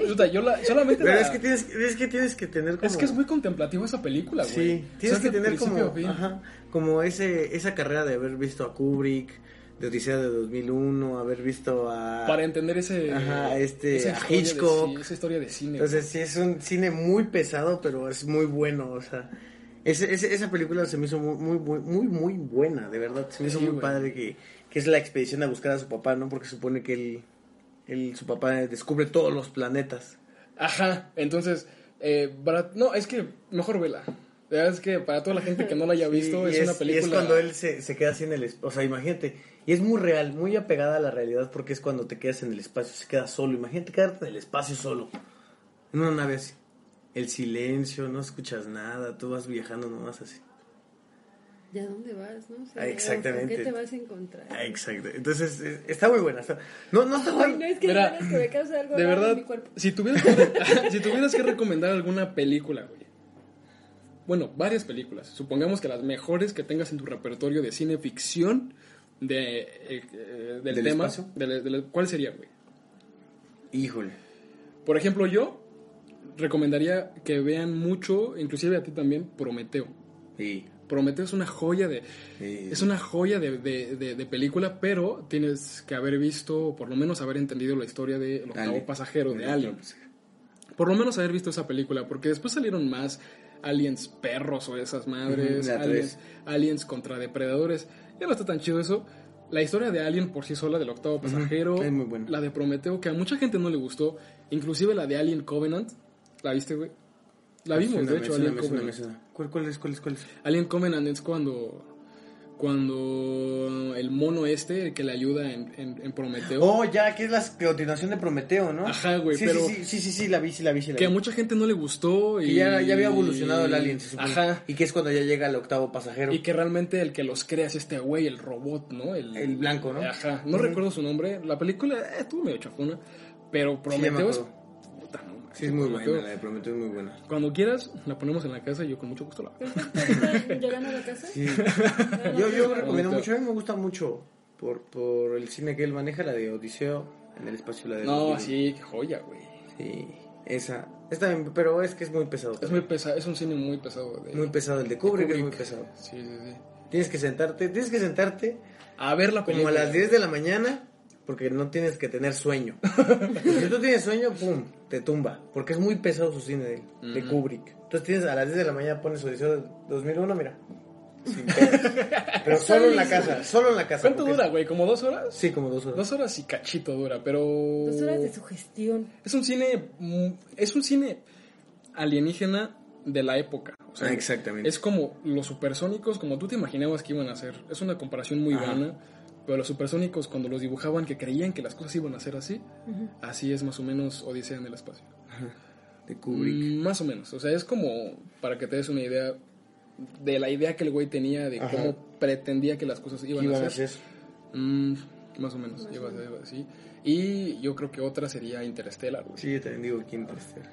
Speaker 1: Puta, yo la, solamente
Speaker 2: Pero
Speaker 1: la-
Speaker 2: es que, tienes, es que tienes que tener como...
Speaker 1: es que es muy contemplativo esa película, güey.
Speaker 2: Sí,
Speaker 1: O sea,
Speaker 2: tienes que
Speaker 1: de
Speaker 2: tener
Speaker 1: principio
Speaker 2: como,
Speaker 1: a fin.
Speaker 2: ajá, como ese, esa carrera de haber visto a Kubrick, de Odisea de 2001, haber visto a...
Speaker 1: Para entender ese...
Speaker 2: Ajá, este,
Speaker 1: esa
Speaker 2: a
Speaker 1: historia de
Speaker 2: Hitchcock.
Speaker 1: ci- esa historia de cine.
Speaker 2: Entonces sí, es un cine muy pesado, pero es muy bueno, o sea... ese- ese- esa película se me hizo muy, muy, muy, muy, muy buena, de verdad. Se me hizo
Speaker 1: Sí,
Speaker 2: muy
Speaker 1: güey.
Speaker 2: padre que, que es la expedición a buscar a su papá, ¿no? Porque supone que él, él- su papá descubre todos los planetas.
Speaker 1: Ajá, entonces, eh, Brad- no, es que mejor vela. La verdad Es que para toda la gente que no la haya visto,
Speaker 2: Y- y
Speaker 1: es, una película...
Speaker 2: Y es cuando él se, se queda así en el espacio. O sea, imagínate. Y es muy real, muy apegada a la realidad porque es cuando te quedas en el espacio, se queda solo. Imagínate quedarte en el espacio solo. En una nave así. El silencio, no escuchas nada, tú vas viajando nomás así.
Speaker 3: ¿Y a dónde vas, no? O sea,
Speaker 2: Ah, exactamente.
Speaker 3: ¿Con qué te vas a encontrar?
Speaker 2: Ah, Exacto. Entonces, es- está muy buena. está- No, no está
Speaker 3: Ay,
Speaker 2: mal.
Speaker 3: no, es que
Speaker 1: Mira,
Speaker 3: de veras que me causa algo
Speaker 1: De
Speaker 3: raro en
Speaker 1: verdad,
Speaker 3: mi cuerpo.
Speaker 1: si tuvieras, que, si tuvieras que recomendar alguna película, güey. Bueno, varias películas. Supongamos que las mejores que tengas en tu repertorio de cine ficción de, eh, eh, del,
Speaker 2: ¿Del
Speaker 1: tema.
Speaker 2: espacio?
Speaker 1: del- del- ¿Cuál sería, güey?
Speaker 2: Híjole.
Speaker 1: Por ejemplo, yo recomendaría que vean mucho, inclusive a ti también, Prometeo.
Speaker 2: Sí.
Speaker 1: Prometeo es una joya de...
Speaker 2: sí.
Speaker 1: Es una joya de, de- de- de película, pero tienes que haber visto, o por lo menos haber entendido la historia de El octavo
Speaker 2: Alien.
Speaker 1: pasajero de
Speaker 2: Bueno,
Speaker 1: Alien. Por lo menos haber visto esa película, porque después salieron más aliens perros o esas madres,
Speaker 2: Ujú, la
Speaker 1: aliens, aliens contra depredadores. Ya no está tan chido eso. La historia de Alien por sí sola, del octavo pasajero,
Speaker 2: es muy buena.
Speaker 1: la de Prometeo, que a mucha gente no le gustó, inclusive la de Alien Covenant. ¿La viste, güey? La vimos,
Speaker 2: Suena,
Speaker 1: de
Speaker 2: me
Speaker 1: hecho,
Speaker 2: suena,
Speaker 1: Alien
Speaker 2: me suena,
Speaker 1: Covenant.
Speaker 2: me suena. ¿Cuál, cuál es? ¿Cuál es? ¿Cuál es?
Speaker 1: Alien Covenant es cuando, cuando el mono este, el que le ayuda en, en- en Prometeo,
Speaker 2: Oh, ya, que es la continuación de Prometeo, ¿no?
Speaker 1: Ajá, güey,
Speaker 2: sí,
Speaker 1: pero-
Speaker 2: Sí, sí, sí, sí, sí, la vi, sí, la vi, sí, la
Speaker 1: que a
Speaker 2: vi.
Speaker 1: mucha gente no le gustó. Y
Speaker 2: Oh. Que ya, ya había evolucionado el alien, se supone.
Speaker 1: Ajá.
Speaker 2: Y que es cuando ya llega el octavo pasajero.
Speaker 1: Y que realmente el que los crea es este güey, el robot, ¿no?
Speaker 2: El blanco, ¿no?
Speaker 1: Ajá. No
Speaker 2: Ujú.
Speaker 1: recuerdo su nombre. La película eh, estuvo medio chafona. Pero
Speaker 2: Sí, ya me
Speaker 1: Prometeo es.
Speaker 2: acuerdo.
Speaker 1: Puta, no manches,
Speaker 2: Sí, es muy
Speaker 1: Prometeo.
Speaker 2: buena, la de Prometeo es muy buena.
Speaker 1: Cuando quieras, la ponemos en la casa y yo con mucho gusto la veo.
Speaker 3: Perfecto, ahorita llegando a la casa.
Speaker 2: Sí. yo, yo recomiendo
Speaker 1: Prometeo.
Speaker 2: mucho, a mí me gusta mucho por, por el cine que él maneja, la de Odiseo en el espacio, la de...
Speaker 1: No,
Speaker 2: Odiseo.
Speaker 1: sí, qué joya, güey.
Speaker 2: Sí, esa. Esta, pero es que es muy pesado.
Speaker 1: Es muy pesado, es un cine muy pesado. De,
Speaker 2: Muy pesado, el de Kubrick, es muy
Speaker 1: Kubrick.
Speaker 2: pesado.
Speaker 1: Sí, sí, sí.
Speaker 2: Tienes que sentarte, tienes que sentarte
Speaker 1: A ver la
Speaker 2: Como
Speaker 1: película.
Speaker 2: a las 10 de la mañana, porque no tienes que tener sueño. si tú tienes sueño, pum, te tumba. Porque es muy pesado su cine de, de
Speaker 1: Ujú.
Speaker 2: Kubrick. Entonces tienes a las 10 de la mañana, pones Odiseo de 2001, mira. sin pedos. Pero solo en la casa, solo en la casa.
Speaker 1: ¿Cuánto
Speaker 2: porque-
Speaker 1: dura, güey? ¿Como dos horas?
Speaker 2: Sí, como dos horas.
Speaker 1: Dos horas y cachito dura, pero.
Speaker 3: Dos horas
Speaker 1: Mm.
Speaker 3: de sugestión.
Speaker 1: Es un cine. mm, Es un cine alienígena de la época. O sea,
Speaker 2: Ah, exactamente.
Speaker 1: Es como los supersónicos, como tú te imaginabas que iban a ser. Es una comparación muy
Speaker 2: Ajá.
Speaker 1: vana. Pero los supersónicos, cuando los dibujaban, que creían que las cosas iban a ser así, así es más o menos Odisea en el espacio.
Speaker 2: de Kubrick.
Speaker 1: Mm, Más o menos. O sea, es como para que te des una idea de la idea que el güey tenía de
Speaker 2: Ajá.
Speaker 1: cómo pretendía que las cosas
Speaker 2: ¿Qué
Speaker 1: iban,
Speaker 2: iban a
Speaker 1: a ser.
Speaker 2: hacer?
Speaker 1: Mm, más o menos, iba a ser así. Y yo creo que otra sería Interstellar, güey.
Speaker 2: Sí, yo también digo que Interstellar.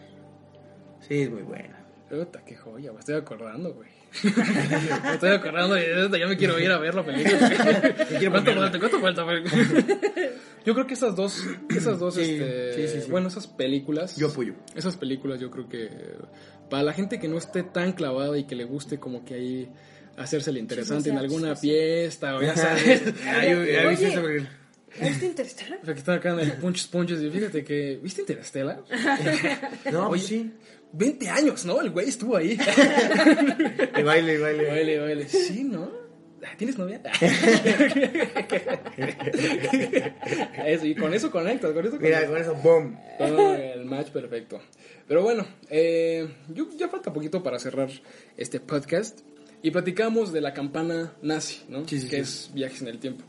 Speaker 2: Sí, es muy buena.
Speaker 1: Puta, qué joya, me estoy acordando, güey. me estoy acordando y puta, ya me quiero ir a ver la película. güey. ¿Cuánto falta? ¿Cuánto falta, güey? Yo creo que esas dos, esas dos,
Speaker 2: Sí,
Speaker 1: este,
Speaker 2: sí, sí, sí.
Speaker 1: bueno, esas películas.
Speaker 2: Yo apoyo.
Speaker 1: Esas películas yo creo que eh, para la gente que no esté tan clavada y que le guste como que ahí hacérsele interesante en
Speaker 3: Chismosear,
Speaker 1: alguna
Speaker 3: chismosear.
Speaker 1: fiesta o ya sabes.
Speaker 2: Ah, yo- ya vi
Speaker 3: Oye.
Speaker 2: esa película.
Speaker 3: ¿Este Interstellar?
Speaker 1: O sea, que están acá en el Punches Punches y fíjate que, ¿viste Interstellar?
Speaker 2: No,
Speaker 1: Oye.
Speaker 2: pues sí.
Speaker 1: 20 años, ¿no? El güey estuvo ahí.
Speaker 2: Y baile, y baile.
Speaker 1: Baile, baile. Sí, ¿no? Ah, ¿Tienes novia? eso, y con eso conectas, con eso
Speaker 2: Mira,
Speaker 1: conectas.
Speaker 2: con eso, boom.
Speaker 1: Todo el match perfecto. Pero bueno, eh, yo- ya falta poquito para cerrar este podcast. Y platicamos de la campana nazi, ¿no?
Speaker 2: Sí, sí,
Speaker 1: que es viajes en el tiempo.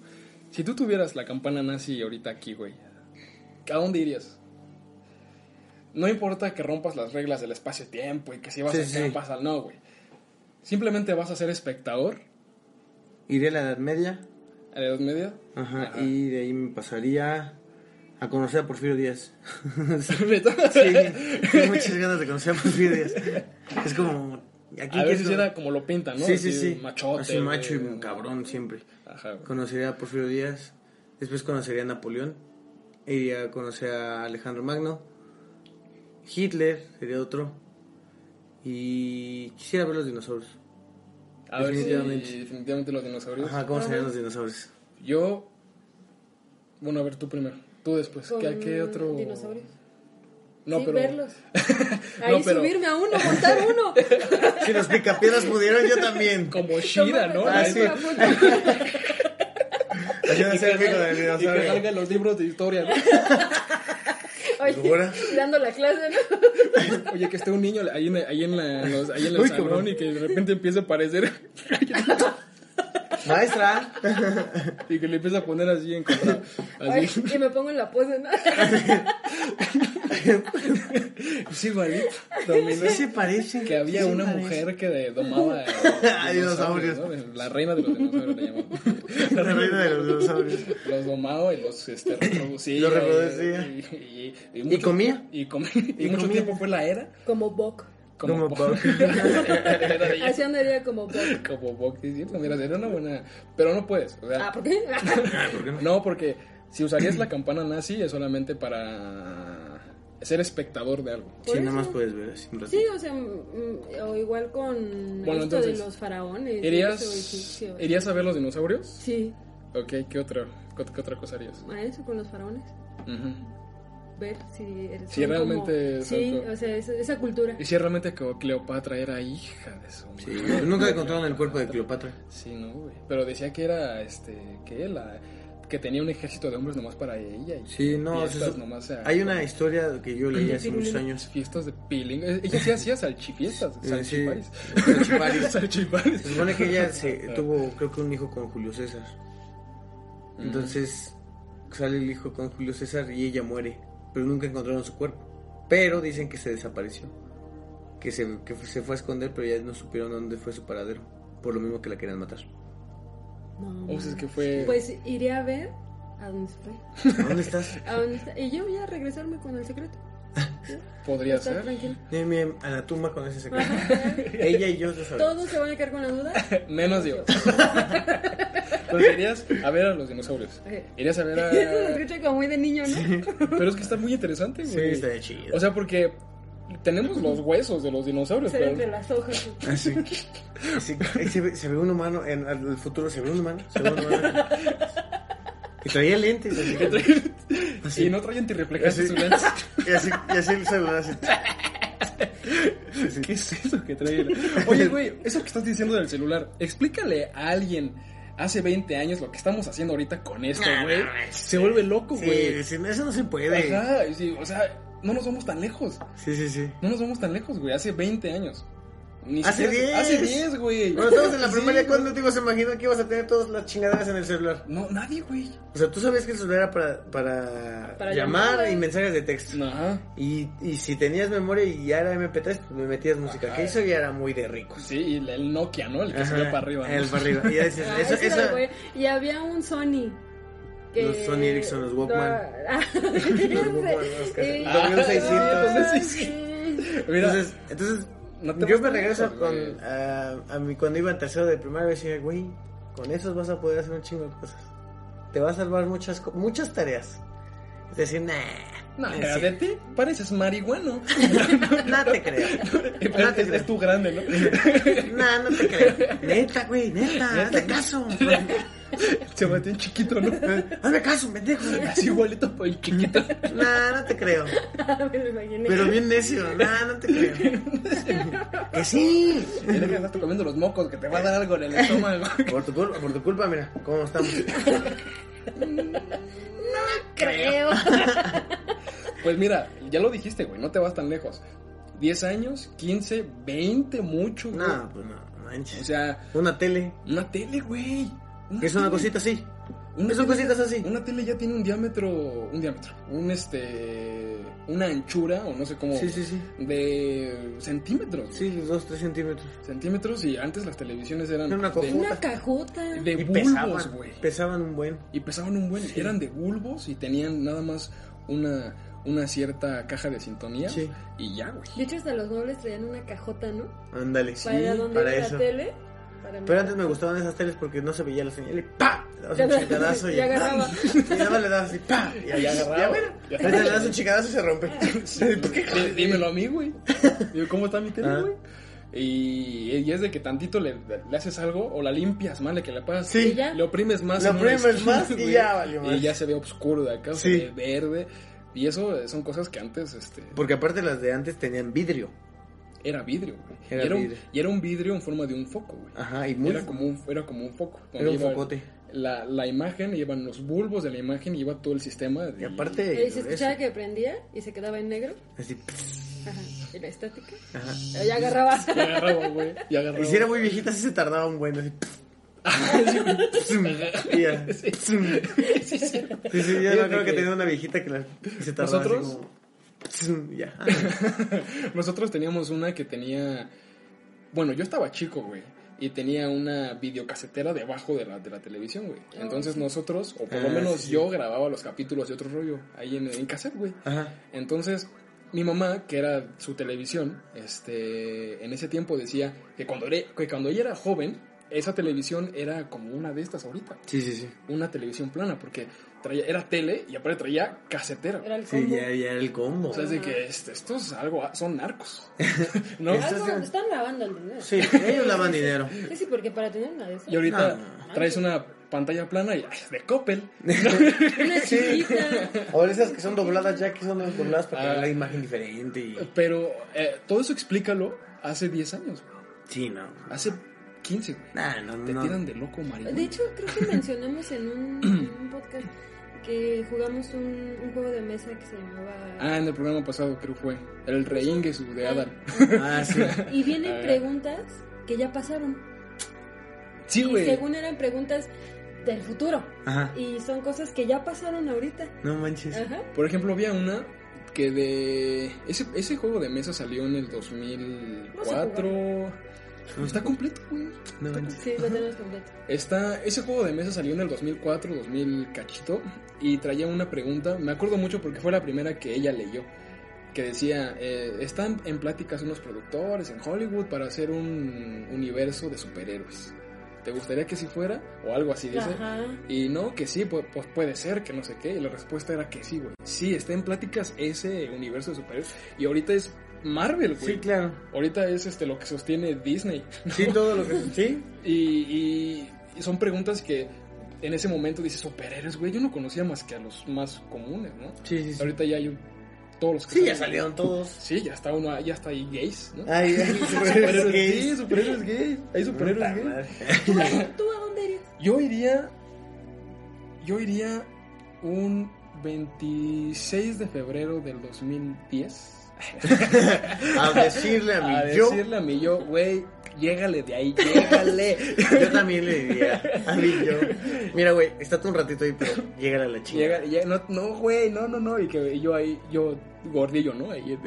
Speaker 1: Si tú tuvieras la campana nazi ahorita aquí, güey, ¿a dónde irías? No importa que rompas las reglas del espacio-tiempo y que si vas
Speaker 2: Sí,
Speaker 1: a
Speaker 2: sí.
Speaker 1: campas al no, güey. Simplemente vas a ser espectador
Speaker 2: Iré a la Edad Media.
Speaker 1: a la edad media.
Speaker 2: Ajá,
Speaker 1: Ajá.
Speaker 2: y de ahí me pasaría a conocer a Porfirio Díaz. sí,
Speaker 1: Neta.
Speaker 2: tengo muchas ganas de conocer a Porfirio Díaz. Es como, Aquí
Speaker 1: A ver
Speaker 2: que
Speaker 1: si
Speaker 2: no-
Speaker 1: era como lo pintan, ¿no?
Speaker 2: Sí, sí,
Speaker 1: Así,
Speaker 2: sí.
Speaker 1: Machote.
Speaker 2: Así macho y
Speaker 1: güey.
Speaker 2: un cabrón siempre.
Speaker 1: Ajá, güey.
Speaker 2: Conocería a Porfirio Díaz. Después conocería a Napoleón. Iría a conocer a Alejandro Magno. Hitler sería otro. Y quisiera ver los dinosaurios.
Speaker 1: A ver si
Speaker 2: Definitivamente.
Speaker 1: definitivamente los dinosaurios.
Speaker 2: Ajá, ¿cómo
Speaker 3: Ah,
Speaker 2: serían
Speaker 3: bueno.
Speaker 2: los dinosaurios?
Speaker 1: Yo. Bueno, a ver, tú primero. Tú después. ¿Qué,
Speaker 3: con
Speaker 1: qué otro.?
Speaker 3: Dinosaurios.
Speaker 1: No,
Speaker 3: sí,
Speaker 1: pero.
Speaker 3: verlos. Ahí
Speaker 1: pero-
Speaker 3: subirme a uno, montar uno.
Speaker 2: Si los picapiedras pudieron, yo también.
Speaker 1: Como Shira, ¿no?
Speaker 2: Ah,
Speaker 3: Tomarme
Speaker 2: sí.
Speaker 3: una foto.
Speaker 2: Yo no
Speaker 1: Y
Speaker 2: sé el
Speaker 1: que
Speaker 2: pico del
Speaker 1: salga- y que
Speaker 2: dinosaurio.
Speaker 1: salgan los libros de historia, ¿no?
Speaker 3: Oye,
Speaker 2: ¿Segura?
Speaker 3: dando la clase, ¿no?
Speaker 1: Oye, que esté un niño ahí en, ahí en, la, en los- ahí en el
Speaker 2: Uy,
Speaker 1: salón
Speaker 2: cabrón.
Speaker 1: y que de repente empiece a aparecer
Speaker 2: Maestra.
Speaker 1: y que le empiece a poner así en contra.
Speaker 3: Ay,
Speaker 1: Así.
Speaker 3: y me pongo en la pose, ¿no?
Speaker 1: Sí, igualito.
Speaker 2: No se parece.
Speaker 1: Que había
Speaker 2: Sí se
Speaker 1: una
Speaker 2: parece.
Speaker 1: mujer que de- domaba eh,
Speaker 2: A dinosaurios.
Speaker 1: ¿no? La reina de los dinosaurios le llamaban.
Speaker 2: La reina de los dinosaurios.
Speaker 1: Los domaba y los este, reproducía.
Speaker 2: Los reproducía.
Speaker 1: Y, y- y
Speaker 2: ¿Y comía?
Speaker 1: Y, comía. y
Speaker 2: ¿Y
Speaker 1: mucho
Speaker 2: comía?
Speaker 1: tiempo fue la era.
Speaker 3: Como Bok.
Speaker 2: Como Bok.
Speaker 1: era de
Speaker 3: Así andaría como Bok.
Speaker 1: Como Bok, sí, cierto. Mira, era una buena. Pero no puedes. O sea,
Speaker 3: Ah, ¿por qué?
Speaker 2: ¿Por qué no?
Speaker 1: No, porque si usarías la campana nazi es solamente para ser espectador de algo.
Speaker 2: Sí,
Speaker 3: Por
Speaker 2: nada más
Speaker 3: eso.
Speaker 2: puedes ver así un ratito.
Speaker 3: Sí, o sea, mm, o igual con
Speaker 1: Bueno,
Speaker 3: esto
Speaker 1: entonces,
Speaker 3: de los faraones. y eso,
Speaker 1: ¿Irías,
Speaker 3: egipcio.
Speaker 1: ¿Irías a ver los dinosaurios?
Speaker 3: Sí,
Speaker 1: Ok, ¿qué otra, qué, qué otra cosa harías?
Speaker 3: a eso con los faraones.
Speaker 1: Ujú.
Speaker 3: Ver si eres.
Speaker 1: Si
Speaker 3: son
Speaker 1: realmente
Speaker 3: como-
Speaker 1: son
Speaker 3: Sí,
Speaker 1: como-
Speaker 3: o sea, esa, esa cultura.
Speaker 1: ¿Y si realmente Cleo- Cleopatra era hija de su
Speaker 2: Sí,
Speaker 1: madre?
Speaker 2: nunca encontraron el cuerpo de Cleopatra.
Speaker 1: Sí, no, güey. Pero decía que era, este, que la... Que tenía un ejército de hombres nomás para ella. Y
Speaker 2: Sí, no,
Speaker 1: fiestas
Speaker 2: se su-
Speaker 1: nomás a-
Speaker 2: hay una historia que yo leí hace muchos años.
Speaker 1: Fiestas de peeling. Ella sí hacía salchifiestas.
Speaker 2: Sí.
Speaker 1: Salchipares.
Speaker 2: Salchipares.
Speaker 1: Salchipares.
Speaker 2: Se supone que ella se tuvo, creo que un hijo con Julio César.
Speaker 1: Mm.
Speaker 2: Entonces sale el hijo con Julio César y ella muere, pero nunca encontraron su cuerpo. Pero dicen que se desapareció, que se, que se fue a esconder, pero ya no supieron dónde fue su paradero, por lo mismo que la querían matar.
Speaker 3: No,
Speaker 1: O sea, es que fue...
Speaker 3: Pues iré a ver a dónde se fue.
Speaker 2: ¿Dónde estás?
Speaker 3: A dónde está- Y yo voy a regresarme con el secreto.
Speaker 1: podría
Speaker 3: Está
Speaker 1: ser.
Speaker 3: tranquilo.
Speaker 2: Miren, miren, a la tumba con ese secreto. ella y yo lo sabemos.
Speaker 3: Todos se van a quedar con la duda.
Speaker 1: Menos yo. Entonces irías a ver a los dinosaurios.
Speaker 3: Ajá.
Speaker 1: Irías a ver
Speaker 3: Eso se
Speaker 1: a...
Speaker 3: escucha como muy de niño, ¿no?
Speaker 1: Pero es que está muy interesante,
Speaker 2: Sí,
Speaker 1: güey.
Speaker 2: está de chido.
Speaker 1: O sea, porque tenemos los huesos de los dinosaurios,
Speaker 3: Se ve entre
Speaker 1: pero...
Speaker 3: las hojas.
Speaker 1: Ah,
Speaker 2: Así. Así, ahí se, ve, se ve un humano, en al- el futuro se ve un humano. Se ve un humano. Y traía lentes. así. Así.
Speaker 1: Y no trae antirreflejantes.
Speaker 2: Así.
Speaker 1: ¿verdad?
Speaker 2: Y así, y así el celular así.
Speaker 1: ¿Qué es eso que trae? Oye, güey, eso que estás diciendo del celular, explícale a alguien hace 20 años lo que estamos haciendo ahorita con esto,
Speaker 2: No,
Speaker 1: güey.
Speaker 2: no, no,
Speaker 1: Se vuelve loco,
Speaker 2: Sí,
Speaker 1: güey.
Speaker 2: sí, eso no se puede.
Speaker 1: Ajá, sí, o sea, no nos vamos tan lejos.
Speaker 2: Sí, sí, sí.
Speaker 1: No nos vamos tan lejos, güey. Hace 20 años. Ni
Speaker 2: Hace
Speaker 1: siquiera-
Speaker 2: 10.
Speaker 1: Hace 10, güey.
Speaker 2: Cuando estamos en la
Speaker 1: Sí,
Speaker 2: primaria,
Speaker 1: güey.
Speaker 2: ¿cuándo te ibas a imaginar que ibas a tener todas las chingaderas en el celular?
Speaker 1: No, nadie, güey.
Speaker 2: O sea, tú sabías que el celular era para, para,
Speaker 3: Para
Speaker 2: llamar
Speaker 3: llamadas.
Speaker 2: y mensajes de texto.
Speaker 1: Ajá.
Speaker 2: Y, y si tenías memoria y ya era MP3, pues me metías música. Que eso ya era muy de ricos.
Speaker 1: Pues Sí, y el- el Nokia, ¿no? El que se
Speaker 2: Ajá,
Speaker 1: ve para arriba. ¿no?
Speaker 2: El para arriba. Y ya dices,
Speaker 3: Ah,
Speaker 2: eso,
Speaker 3: ese era
Speaker 2: eso-
Speaker 3: el güey. Y había un Sony.
Speaker 2: Los Sony Ericsson, los Walkman.
Speaker 3: Ah,
Speaker 2: Walkman, los que-
Speaker 3: ese.
Speaker 1: Ah,
Speaker 3: Ah,
Speaker 1: 2600.
Speaker 3: sí.
Speaker 1: Mira,
Speaker 2: Entonces, entonces
Speaker 1: no te
Speaker 2: yo
Speaker 1: vas
Speaker 2: me
Speaker 1: tan
Speaker 2: regreso
Speaker 1: lejos, güey.
Speaker 2: con, a, a mí cuando iba en tercero de primaria y decía, güey, con esos vas a poder hacer un chingo de cosas. Te va a salvar muchas, co- muchas tareas. Es decir, nah.
Speaker 1: No,
Speaker 2: eh, Sí.
Speaker 1: de ti pareces marihuano.
Speaker 2: No te creo. No
Speaker 1: es,
Speaker 2: te
Speaker 1: es
Speaker 2: creo.
Speaker 1: tu grande, ¿no?
Speaker 2: Nah, no te creo. Neta, güey, neta, hazme caso.
Speaker 1: Se metió en chiquito, ¿no?
Speaker 2: Hazme caso, pendejo.
Speaker 1: Así igualito por el chiquito.
Speaker 2: Nah, no te creo.
Speaker 3: Ah, Me lo imaginé.
Speaker 2: Pero bien necio, nah, no te creo. Que sí.
Speaker 1: Y deja de estar comiendo los mocos que te va a dar algo en el estómago.
Speaker 2: Por tu culpa, por tu culpa, mira, cómo estamos.
Speaker 3: Creo.
Speaker 1: Pues mira, ya lo dijiste, güey, no te vas tan lejos. 10 años, 15, 20, mucho, güey.
Speaker 2: Nah, pues no,
Speaker 1: O
Speaker 2: manches.
Speaker 1: sea,
Speaker 2: Una tele.
Speaker 1: una tele, güey.
Speaker 2: Que es una
Speaker 1: tele.
Speaker 2: cosita así.
Speaker 1: Una
Speaker 2: son
Speaker 1: tele-
Speaker 2: cositas así.
Speaker 1: Una tele ya tiene un diámetro, un diámetro, un este, una anchura o no sé cómo,
Speaker 2: Sí, sí, sí.
Speaker 1: de centímetros,
Speaker 2: Sí, dos, tres centímetros.
Speaker 1: centímetros y antes las televisiones eran
Speaker 2: Era una
Speaker 1: de,
Speaker 2: cojuda.
Speaker 3: Una cajuta.
Speaker 1: de
Speaker 2: Y
Speaker 1: bulbos,
Speaker 2: pesaban,
Speaker 1: güey,
Speaker 2: pesaban un buen.
Speaker 1: y pesaban un buen, eran de bulbos y tenían nada más una una cierta caja de sintonía
Speaker 2: Sí.
Speaker 1: y ya, güey.
Speaker 3: De hecho, hasta los muebles traían una cajota, ¿no?
Speaker 2: Ándale.
Speaker 1: Sí,
Speaker 3: Para donde
Speaker 2: para
Speaker 3: era
Speaker 2: eso.
Speaker 3: la tele. para
Speaker 2: Pero
Speaker 3: meter-
Speaker 2: antes me gustaban esas teles porque no se veía la señal y ¡pa! Le dabas un
Speaker 3: Ya-
Speaker 2: chingadazo y,
Speaker 3: ya agarraba.
Speaker 2: Y nada más le dabas y ¡pa! Y ahí
Speaker 1: Ya
Speaker 2: agarraba.
Speaker 1: agarraba.
Speaker 2: Ya bueno.
Speaker 1: Ya
Speaker 2: Ahorita le das un chingadazo y se rompe. ¿Por qué?
Speaker 1: Dí- Dímelo a mí, güey. Digo, ¿cómo está mi tele,
Speaker 2: Ah.
Speaker 1: güey? Y, y es de que tantito le, le haces algo o la limpias mal, de que le pasas.
Speaker 2: Sí.
Speaker 3: Y ya.
Speaker 1: Le oprimes más.
Speaker 2: Le
Speaker 1: en una
Speaker 2: oprimes más y
Speaker 1: güey.
Speaker 2: ya valió más.
Speaker 1: Y ya se ve oscuro de acá,
Speaker 2: Sí.
Speaker 1: se ve verde. Y eso eh, son cosas que antes este,
Speaker 2: Porque aparte las de antes tenían vidrio.
Speaker 1: era vidrio, güey.
Speaker 2: Era
Speaker 1: y, era un-
Speaker 2: vidrio.
Speaker 1: y era un vidrio en forma de un foco, güey.
Speaker 2: Ajá, y muy.
Speaker 1: Era como, un, era como un foco.
Speaker 2: era un
Speaker 1: Iba
Speaker 2: focote.
Speaker 1: La, la imagen, iban los bulbos de la imagen, iba todo el sistema.
Speaker 2: Y aparte.
Speaker 3: Y se escuchaba
Speaker 2: eso,
Speaker 3: que prendía y se quedaba en negro.
Speaker 2: Así. pss,
Speaker 3: Ajá. Y la estática.
Speaker 2: Ajá.
Speaker 3: Pero ya agarraba.
Speaker 1: Y agarraba, güey. Y agarraba.
Speaker 2: Y si era muy viejita, sí se tardaba un buen. Así. pss, zum, y ya.
Speaker 1: Sí.
Speaker 2: zum.
Speaker 1: Sí, sí.
Speaker 2: Sí, sí, yo
Speaker 1: Fíjate
Speaker 2: creo que
Speaker 1: que-
Speaker 2: tenía una viejita que la, y se tardaba así
Speaker 1: Nosotros-
Speaker 2: como, zum, y ya.
Speaker 1: Nosotros teníamos una que tenía. Bueno, yo estaba chico, güey. Y tenía una videocasetera debajo de la, de la televisión, güey. Entonces nosotros, o por lo
Speaker 2: Ah,
Speaker 1: menos
Speaker 2: sí, sí.
Speaker 1: yo, grababa los capítulos de otro rollo ahí en, en cassette, güey.
Speaker 2: Ajá.
Speaker 1: Entonces, mi mamá, que era su televisión, este, en ese tiempo decía que cuando, era- que cuando ella era joven, esa televisión era como una de estas ahorita.
Speaker 2: Sí, sí, sí.
Speaker 1: Una televisión plana, porque traía, era tele y aparte traía casetera.
Speaker 3: Era el
Speaker 2: Sí,
Speaker 3: combo.
Speaker 2: ya, ya era el combo.
Speaker 1: O sea, es de que este- estos algo, son narcos. ¿No?
Speaker 2: Eso
Speaker 3: Algo,
Speaker 2: sí.
Speaker 3: están lavando el dinero.
Speaker 2: Sí, ellos lavan dinero.
Speaker 3: Sí, sí, porque para tener una de esas.
Speaker 1: Y ahorita
Speaker 2: No.
Speaker 1: traes una pantalla plana y ay, de Coppel.
Speaker 3: Una chiquita.
Speaker 2: Ahora esas que son dobladas ya, que son dobladas para
Speaker 1: Ah.
Speaker 2: que la imagen diferente y...
Speaker 1: Pero eh, todo eso explícalo hace 10 años, güey.
Speaker 2: Sí, no.
Speaker 1: hace 15, güey.
Speaker 2: Nah, no,
Speaker 1: Te
Speaker 2: no.
Speaker 1: tiran de loco, marido.
Speaker 3: De hecho, creo que mencionamos en un, en un podcast que jugamos un, un juego de mesa que se llamaba.
Speaker 1: Ah, en el programa pasado creo fue. Era el reinguesu de Adam.
Speaker 2: Ah, sí.
Speaker 3: Y
Speaker 1: A
Speaker 3: vienen
Speaker 1: ver.
Speaker 3: preguntas que ya pasaron.
Speaker 1: Sí,
Speaker 3: y
Speaker 1: güey.
Speaker 3: según eran preguntas del futuro.
Speaker 2: Ajá.
Speaker 3: Y son cosas que ya pasaron ahorita.
Speaker 2: No manches.
Speaker 3: Ajá.
Speaker 1: Por ejemplo, había una que de... Ese, ese juego de mesa salió en el 2004. Está completo, güey.
Speaker 2: No manches.
Speaker 3: Sí, lo tenemos completo.
Speaker 1: Está, ese juego de mesa salió en el 2004, 2000 cachito, y traía una pregunta, me acuerdo mucho porque fue la primera que ella leyó, que decía, eh, están en pláticas unos productores en Hollywood para hacer un universo de superhéroes. ¿Te gustaría que si fuera? O algo así, dice.
Speaker 3: Ajá.
Speaker 1: Y no, que sí, pues, pues puede ser, que no sé qué. Y la respuesta era que sí, güey. Sí, está en pláticas ese universo de superhéroes. Y ahorita es Marvel, güey.
Speaker 2: Sí, claro.
Speaker 1: Ahorita es este lo que sostiene Disney.
Speaker 2: Sí, todo lo que... Sí.
Speaker 1: Y, y- y son preguntas que en ese momento dices, superhéroes, güey, yo no conocía más que a los más comunes, ¿no?
Speaker 2: Sí, sí, sí.
Speaker 1: Ahorita ya hay un- todos los que
Speaker 2: Sí, ya
Speaker 1: salen.
Speaker 2: salieron todos.
Speaker 1: Sí, ya está uno, ya está ahí gays, ¿no?
Speaker 2: Ay,
Speaker 1: Superhéroes
Speaker 2: superhéroes
Speaker 1: Sí,
Speaker 2: gays.
Speaker 1: superhéroes gays. Hay superhéroes gays.
Speaker 3: ¿Tú, tú a dónde irías?
Speaker 1: Yo iría. Yo iría un 26 de febrero del 2010.
Speaker 2: A decirle a
Speaker 1: A
Speaker 2: mi yo,
Speaker 1: decirle a mi yo, güey, llégale de ahí, llégale.
Speaker 2: yo también le diría a mi yo. Mira, güey, estate un ratito ahí, pero llega a la chica.
Speaker 1: Llega, llega- no, no, güey, no, no, no. Y que yo ahí, yo gordillo, ¿no? Ahí,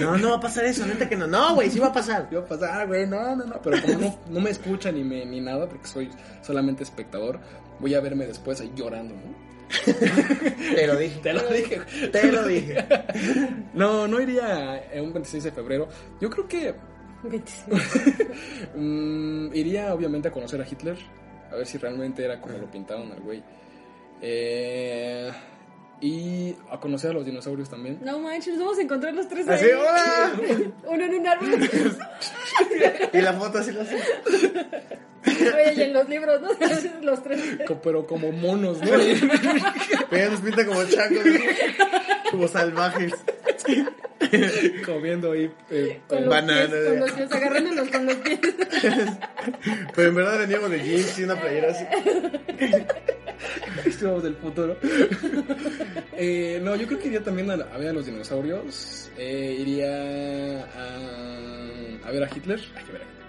Speaker 2: No, no va a pasar eso, neta que no. No, güey, sí va a pasar.
Speaker 1: yo pues, ah, güey, no, no, no. Pero como no, no me escuchan ni, me, ni nada, porque soy solamente espectador, voy a verme después ahí llorando, ¿no?
Speaker 2: Te lo dije.
Speaker 1: Te lo dije, güey.
Speaker 2: Te lo dije.
Speaker 1: No, no iría en un 26 de febrero. Yo creo que mm, iría, obviamente, a conocer a Hitler. A ver si realmente era como lo pintaban al güey. Eh, y a conocer a los dinosaurios también.
Speaker 3: No manches, nos vamos a encontrar los tres
Speaker 2: Así,
Speaker 3: ahí.
Speaker 2: hola.
Speaker 3: Uno en un árbol.
Speaker 2: Y la foto así lo hace.
Speaker 3: Oye, y en los libros, ¿no? Los tres.
Speaker 1: Co- Pero como monos, ¿no?
Speaker 2: Pero ella nos pinta como chacos, ¿no? como salvajes.
Speaker 1: Comiendo ahí. eh,
Speaker 3: Con los
Speaker 2: Banana,
Speaker 3: pies, con los pies, agarrándonos con los pies.
Speaker 2: Pero en verdad veníamos de jeans y una playera así.
Speaker 1: Esclavos del futuro. Eh, no, yo creo que iría también a, la- a ver a los dinosaurios. Eh, iría a, a ver a Hitler. Hay que ver a Hitler.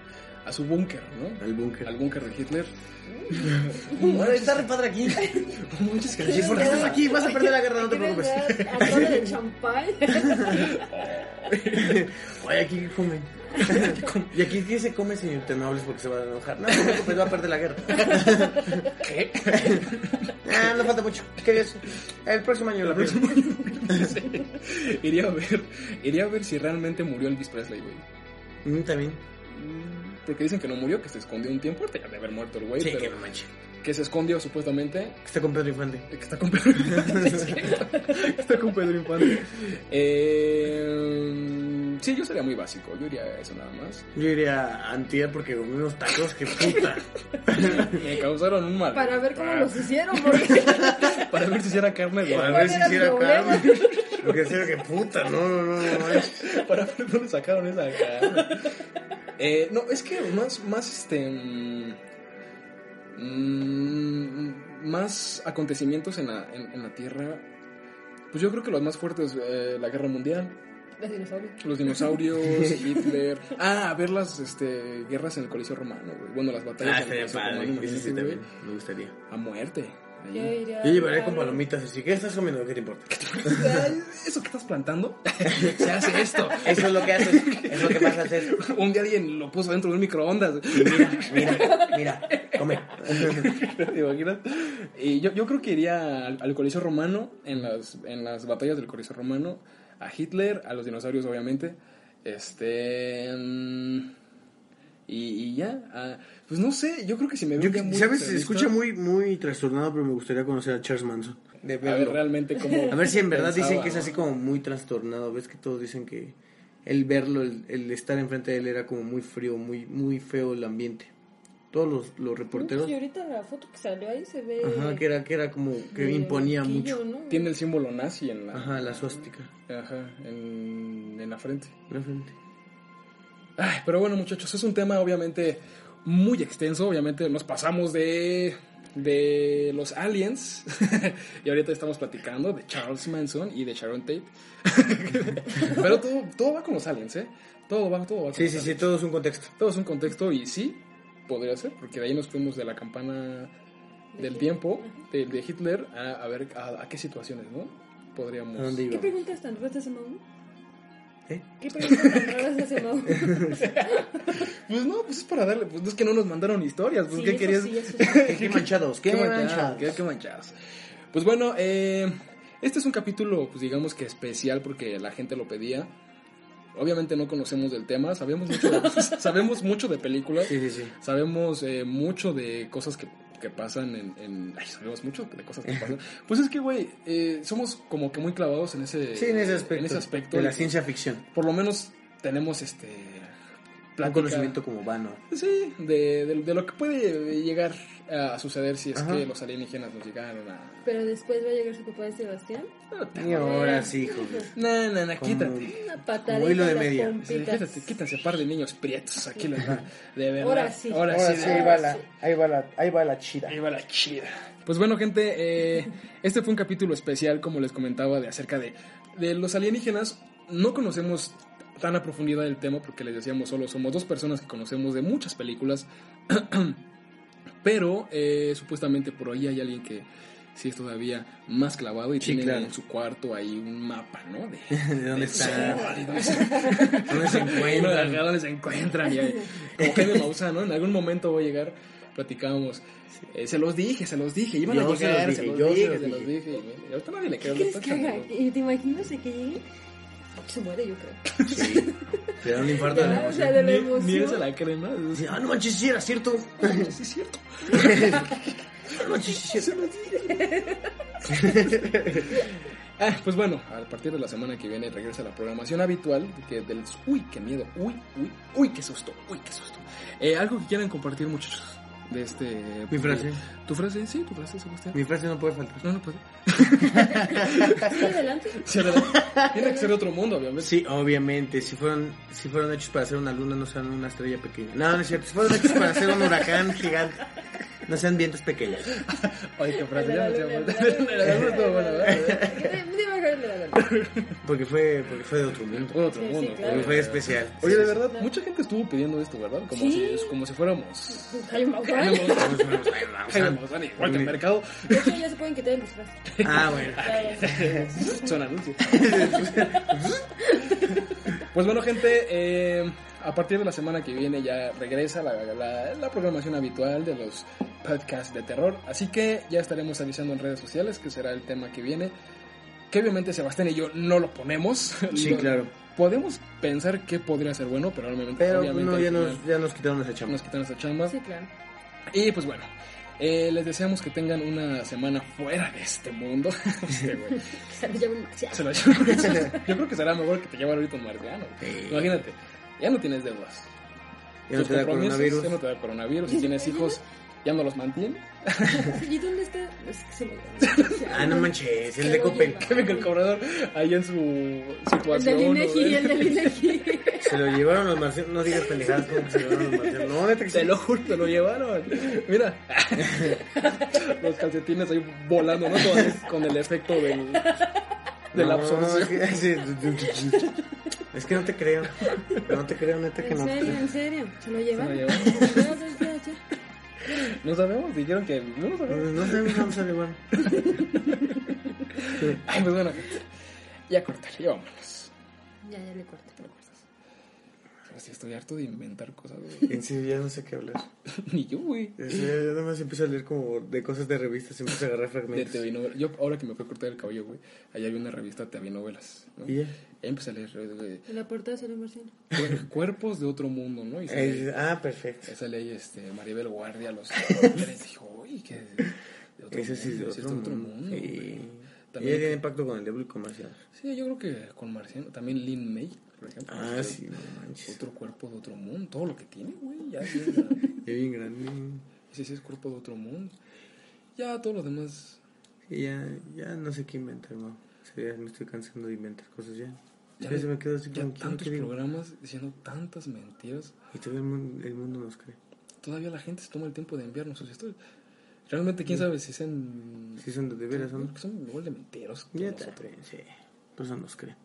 Speaker 1: A su búnker, ¿no?
Speaker 2: Al búnker.
Speaker 1: Al búnker de Hitler.
Speaker 2: Bueno, está re padre aquí.
Speaker 1: Muchas
Speaker 2: Sí,
Speaker 1: gracias.
Speaker 2: porque estás aquí, vas a perder la guerra, no te preocupes.
Speaker 3: A todo de champán.
Speaker 2: Oye, aquí qué comen. Y aquí qué se come, señor Tenobles, porque se va a enojar. No, no te preocupes, va a perder la guerra.
Speaker 1: ¿Qué?
Speaker 2: Ah, no falta mucho. ¿Qué es? El próximo año la próxima.
Speaker 1: Sí. Iría a ver, iría a ver si realmente murió Elvis Presley, güey.
Speaker 2: Mm, También.
Speaker 1: Mm, Porque dicen que no murió, que se escondió un tiempo, ahorita ya de haber muerto el güey,
Speaker 2: sí,
Speaker 1: pero
Speaker 2: que no manches.
Speaker 1: que se escondió supuestamente
Speaker 2: Que Está con Pedro Infante.
Speaker 1: que está con Pedro Infante. está con Pedro Infante. Eh, sí, yo sería muy básico. Yo iría a eso nada más.
Speaker 2: Yo iría a Antier porque comí unos tacos que puta.
Speaker 1: Me causaron un mal.
Speaker 3: Para ver cómo
Speaker 2: Ah.
Speaker 3: los hicieron, porque
Speaker 1: para ver si hiciera carne de
Speaker 2: Para
Speaker 3: ¿Cuál
Speaker 2: ver si
Speaker 3: era el
Speaker 2: hiciera
Speaker 3: problema?
Speaker 2: carne. Porque en serio que puta, no, no, no, no. manches.
Speaker 1: Para ver dónde sacaron esa cara. Eh, no, es que más, más este. mm, mm, más acontecimientos en la, en, en la Tierra. Pues yo creo que los más fuertes, eh, la guerra mundial,
Speaker 3: los dinosaurios.
Speaker 1: los dinosaurios, Hitler. Ah, a ver las este, guerras en el Coliseo Romano, güey. Bueno, las
Speaker 2: Ah,
Speaker 1: batallas en el
Speaker 2: estaría
Speaker 1: Coliseo
Speaker 2: padre.
Speaker 1: Romano,
Speaker 2: Ese sí
Speaker 1: imagínate, güey.
Speaker 2: también. Me gustaría.
Speaker 1: A muerte. ahí.
Speaker 3: Yo iría
Speaker 2: Yo llevaría
Speaker 3: a
Speaker 2: con
Speaker 3: ver-
Speaker 2: palomitas así. ¿Qué estás comiendo? ¿Qué te importa?
Speaker 1: Ay, ¿Eso que estás plantando? Se hace esto.
Speaker 2: Eso es lo que haces. Es lo que vas a hacer.
Speaker 1: Un día alguien lo puso dentro de un microondas.
Speaker 2: Mira, mira, mira. Come.
Speaker 1: ¿Te imaginas? Y yo, yo creo que iría al, al Coliseo Romano, en las, en las batallas del Coliseo Romano, a Hitler, a los dinosaurios, obviamente. Este. mm, Y, y ya. ah, pues no sé, yo creo que si me
Speaker 2: Yo,
Speaker 1: veo ya muy
Speaker 2: ¿Sabes? Se
Speaker 1: pesimista,
Speaker 2: escucha muy, muy trastornado, pero me gustaría conocer a Charles Manson. De
Speaker 1: A ver
Speaker 2: verlo.
Speaker 1: realmente cómo.
Speaker 2: A ver si en verdad
Speaker 1: pensaba,
Speaker 2: dicen que es
Speaker 1: ¿no?
Speaker 2: así como muy trastornado. Ves que todos dicen que el verlo, el, el estar enfrente de él era como muy frío, muy muy feo el ambiente. Todos los, los
Speaker 3: pues,
Speaker 2: reporteros.
Speaker 4: Y ahorita la foto que salió ahí se ve.
Speaker 2: Ajá, que era, que era como que
Speaker 4: medio
Speaker 2: imponía
Speaker 4: loquillo, ¿no?
Speaker 2: mucho.
Speaker 1: Tiene el símbolo nazi en la.
Speaker 2: Ajá, la suástica.
Speaker 1: ajá, en, en la frente.
Speaker 2: La frente.
Speaker 1: Ay, pero bueno, muchachos, es un tema obviamente muy extenso. Obviamente nos pasamos de, de los aliens. y ahorita estamos platicando de Charles Manson y de Sharon Tate. pero todo, todo va con los aliens, ¿eh? Todo va, todo va con
Speaker 2: Sí,
Speaker 1: los
Speaker 2: sí, sí,
Speaker 1: aliens.
Speaker 2: todo es un contexto.
Speaker 1: Todo es un contexto y sí, podría ser, porque de ahí nos fuimos de la campana del tiempo, de, de Hitler, a, a ver a, a qué situaciones, ¿no? Podríamos...
Speaker 2: ¿A dónde
Speaker 4: ¿Qué
Speaker 2: iba?
Speaker 4: preguntas tan raras hace Mau?
Speaker 2: ¿Eh?
Speaker 4: ¿Qué preguntas tan raras hace Mau?
Speaker 1: Pues no, pues es para darle, pues no es que no nos mandaron historias, pues
Speaker 4: Sí,
Speaker 1: ¿qué
Speaker 4: eso
Speaker 1: querías?
Speaker 4: sí, eso sí.
Speaker 2: ¿Qué, qué manchados? ¿Qué,
Speaker 1: Qué manchados,
Speaker 2: manchados?
Speaker 1: qué, qué manchados. Pues bueno, eh, este es un capítulo, pues digamos que especial porque la gente lo pedía. Obviamente no conocemos del tema, sabemos mucho de, sabemos mucho de películas,
Speaker 2: Sí, sí, sí.
Speaker 1: sabemos eh, mucho de cosas que, que pasan en, en- Ay, sabemos mucho de cosas que pasan. Pues es que, güey, eh, somos como que muy clavados en ese...
Speaker 2: Sí, en ese aspecto.
Speaker 1: en ese aspecto.
Speaker 2: De
Speaker 1: Y,
Speaker 2: la
Speaker 1: pues,
Speaker 2: ciencia ficción.
Speaker 1: Por lo menos tenemos este...
Speaker 2: Un
Speaker 1: plática-
Speaker 2: conocimiento como vano.
Speaker 1: Sí, de, de- de lo que puede llegar a suceder si es
Speaker 2: Ajá.
Speaker 1: que los alienígenas nos llegaron a...
Speaker 3: Pero después va a llegar su papá de Sebastián.
Speaker 2: Y ahora sí, joder.
Speaker 1: No, no, no,
Speaker 2: Como-
Speaker 1: quítate.
Speaker 3: Una patada
Speaker 2: Como hilo de
Speaker 3: en las
Speaker 2: media.
Speaker 3: pompitas.
Speaker 1: Quítate, quítate, par de niños prietos, aquí les va. De verdad.
Speaker 3: Ahora sí.
Speaker 1: Ahora, sí, de verdad.
Speaker 2: la, ahí va la, ahí va la chida.
Speaker 1: Ahí va la chida. Pues bueno, gente, eh, este fue un capítulo especial, como les comentaba, de acerca de, de los alienígenas. No conocemos tan a profundidad el tema porque les decíamos solo somos dos personas que conocemos de muchas películas. Pero eh, supuestamente por ahí hay alguien que sí es todavía más clavado y
Speaker 2: Sí,
Speaker 1: tiene
Speaker 2: claro.
Speaker 1: en su cuarto ahí un mapa, ¿no? De,
Speaker 2: ¿De dónde está?
Speaker 1: Sí, ¿dónde está?
Speaker 2: ¿Dónde se encuentran?
Speaker 1: Bueno, acá donde se encuentran. y ahí, como Jaime Maussan, ¿no? En algún momento voy a llegar, platicábamos. eh, se los dije, se los dije, iban
Speaker 2: Yo
Speaker 1: a
Speaker 2: se los
Speaker 1: llegar,
Speaker 2: dije,
Speaker 1: se los
Speaker 2: yo
Speaker 1: dije, se los dije. y ahorita nadie le
Speaker 3: ¿Qué
Speaker 1: creo.
Speaker 3: crees
Speaker 1: está
Speaker 3: que haga?
Speaker 1: chingón.
Speaker 3: ¿Y te imaginas de que llegue? Se muere, yo creo.
Speaker 2: Sí. Te da un infarto de la
Speaker 3: Ya, Ah, o sea,
Speaker 2: emoción.
Speaker 3: de la
Speaker 1: Ni, ni
Speaker 3: emoción.
Speaker 1: esa la creen, ¿no?
Speaker 2: Sí, Ah, no manches, sí era cierto.
Speaker 1: Sí, es cierto.
Speaker 2: No manches, sí es cierto.
Speaker 1: Ah, pues bueno, a partir de la semana que viene regresa la programación habitual que del... Uy, qué miedo, uy, uy, uy, qué susto, uy, qué susto. Eh, algo que quieran compartir, muchachos, de este...
Speaker 2: Mi frase.
Speaker 1: ¿Tu frase? Sí, tu frase, Sebastián.
Speaker 2: Mi frase no puede faltar.
Speaker 1: No, no puede.
Speaker 3: Sí, adelante.
Speaker 1: Sí, ¿verdad? Tiene que ser otro mundo, obviamente.
Speaker 2: Sí, obviamente. Si fueron, si fueron hechos para ser una luna, no sean una estrella pequeña. No, no es cierto. Si fueron hechos para ser un huracán gigante, no sean vientos pequeños.
Speaker 1: Ay, qué frase, ya
Speaker 3: La
Speaker 1: no sé.
Speaker 3: luna,
Speaker 1: bueno.
Speaker 3: la
Speaker 1: La luna estuvo buena, ¿verdad?
Speaker 3: Dime a bajar de la luna.
Speaker 2: Porque fue, porque fue de otro mundo.
Speaker 1: Otro
Speaker 3: Sí, sí,
Speaker 1: mundo.
Speaker 3: claro.
Speaker 2: Porque fue especial.
Speaker 1: Oye, de verdad, mucha gente estuvo pidiendo esto, ¿verdad? Como,
Speaker 3: Sí.
Speaker 1: si, como si fuéramos...
Speaker 3: Jaime Maussan.
Speaker 1: Jaime
Speaker 2: Oye,
Speaker 1: Maussan, igual que el mercado,
Speaker 3: De hecho, ya se pueden quitar el disfraz.
Speaker 2: Ah, bueno.
Speaker 4: Ya, ya.
Speaker 1: son anuncios. Pues bueno, gente, eh, a partir de la semana que viene ya regresa la, la- la programación habitual de los podcasts de terror. Así que ya estaremos avisando en redes sociales que será el tema que viene. que obviamente Sebastián y yo no lo ponemos.
Speaker 2: Sí,
Speaker 1: No-
Speaker 2: claro.
Speaker 1: Podemos pensar que podría ser bueno, pero obviamente,
Speaker 2: Pero pues,
Speaker 1: obviamente
Speaker 2: no,
Speaker 1: al
Speaker 2: ya nos,
Speaker 1: final
Speaker 2: ya nos quitaron esa chamba.
Speaker 1: nos quitan esa chamba.
Speaker 4: Sí, claro.
Speaker 1: Y pues bueno, eh, les deseamos que tengan una semana fuera de este mundo. Este, güey,
Speaker 3: Se lo llaman marcianos.
Speaker 1: se lo llevo. Yo creo que será mejor que te llevar ahorita un marciano.
Speaker 2: Sí.
Speaker 1: Imagínate, ya no tienes deudas.
Speaker 2: Ya no
Speaker 1: Tus
Speaker 2: te da
Speaker 1: compromisos,
Speaker 2: coronavirus.
Speaker 1: Ya no te da coronavirus. Si tienes hijos, ya no los mantienes.
Speaker 4: ¿Y dónde está? Es que se me...
Speaker 2: Ah, no manches, el
Speaker 4: Se
Speaker 2: de
Speaker 4: lo
Speaker 2: Coppel.
Speaker 4: lleva.
Speaker 1: Que venga el cobrador ahí en su, su
Speaker 4: El del
Speaker 1: o
Speaker 4: Inegi,
Speaker 1: de-
Speaker 4: el del Inegi.
Speaker 2: Se lo llevaron los marcianos. No digas pendejadas como que se lo llevaron los marcianos. No, neta que sí.
Speaker 1: Te lo juro, te lo llevaron. Mira. Los calcetines ahí volando, ¿no? Con, el- con el efecto del, de la
Speaker 2: No,
Speaker 1: absorción.
Speaker 2: Es que, es que no te creo. No te creo, neta que
Speaker 4: En
Speaker 2: no. te
Speaker 4: serio,
Speaker 2: creo.
Speaker 4: en serio. Se lo
Speaker 1: Se lo
Speaker 4: llevan.
Speaker 1: llevaron.
Speaker 4: Ya, ya, ya, ya.
Speaker 1: No sabemos, dijeron que no lo sabemos.
Speaker 2: No sabemos dónde se lo llevaron.
Speaker 1: Ay, pues bueno. Ya córtale, ya vámonos.
Speaker 3: Ya, ya le corto.
Speaker 1: Así estoy harto de inventar cosas, güey.
Speaker 2: En serio, ya no sé qué hablar.
Speaker 1: Ni yo, güey.
Speaker 2: En serio, yo nada más empiezo a leer como de cosas de revistas, empiezo a agarrar
Speaker 1: De
Speaker 2: fragmentos.
Speaker 1: TV novelas. Yo, ahora que me fui a cortar el cabello, güey, allá había una revista TV novelas. ¿no?
Speaker 2: Y ya.
Speaker 1: Empecé a leer eh,
Speaker 4: En la portada sale un marciano.
Speaker 1: cuer- Cuerpos de otro mundo, ¿no? Y salía-
Speaker 2: Eh, ah, perfecto.
Speaker 1: Esa ley, este, Maribel Guardia, los les dijo, uy, que de otro
Speaker 2: Ese sí es de
Speaker 1: mundo,
Speaker 2: otro,
Speaker 1: sí es de otro mundo.
Speaker 2: Sí.
Speaker 1: güey".
Speaker 2: Ella tiene
Speaker 1: También,
Speaker 2: impacto con el diablo y comercial.
Speaker 1: sí, yo creo que con Marciano, también Lin May, por ejemplo.
Speaker 2: Ah,
Speaker 1: este,
Speaker 2: sí, no manches.
Speaker 1: Otro cuerpo de otro mundo, todo lo que tiene, güey, ya bien,
Speaker 2: Es bien grande.
Speaker 1: Ese sí es cuerpo de otro mundo. Ya todo lo demás,
Speaker 2: Y ya, ya no sé qué inventar, hermano. O sea, ya me estoy cansando de inventar cosas ya.
Speaker 1: Ya
Speaker 2: Ya,
Speaker 1: ve-
Speaker 2: se me quedo así
Speaker 1: ya
Speaker 2: como ¿qué-
Speaker 1: tantos
Speaker 2: qué digo?
Speaker 1: programas diciendo tantas mentiras.
Speaker 2: Y todavía el mundo, el mundo nos cree.
Speaker 1: Todavía la gente se toma el tiempo de enviarnos sus historias. Realmente, quién sabe si sean.
Speaker 2: Si son de veras o no.
Speaker 1: que son igual de mentirosos. que
Speaker 2: Ya
Speaker 1: nosotros.
Speaker 2: está. Sí. Pues no nos cree.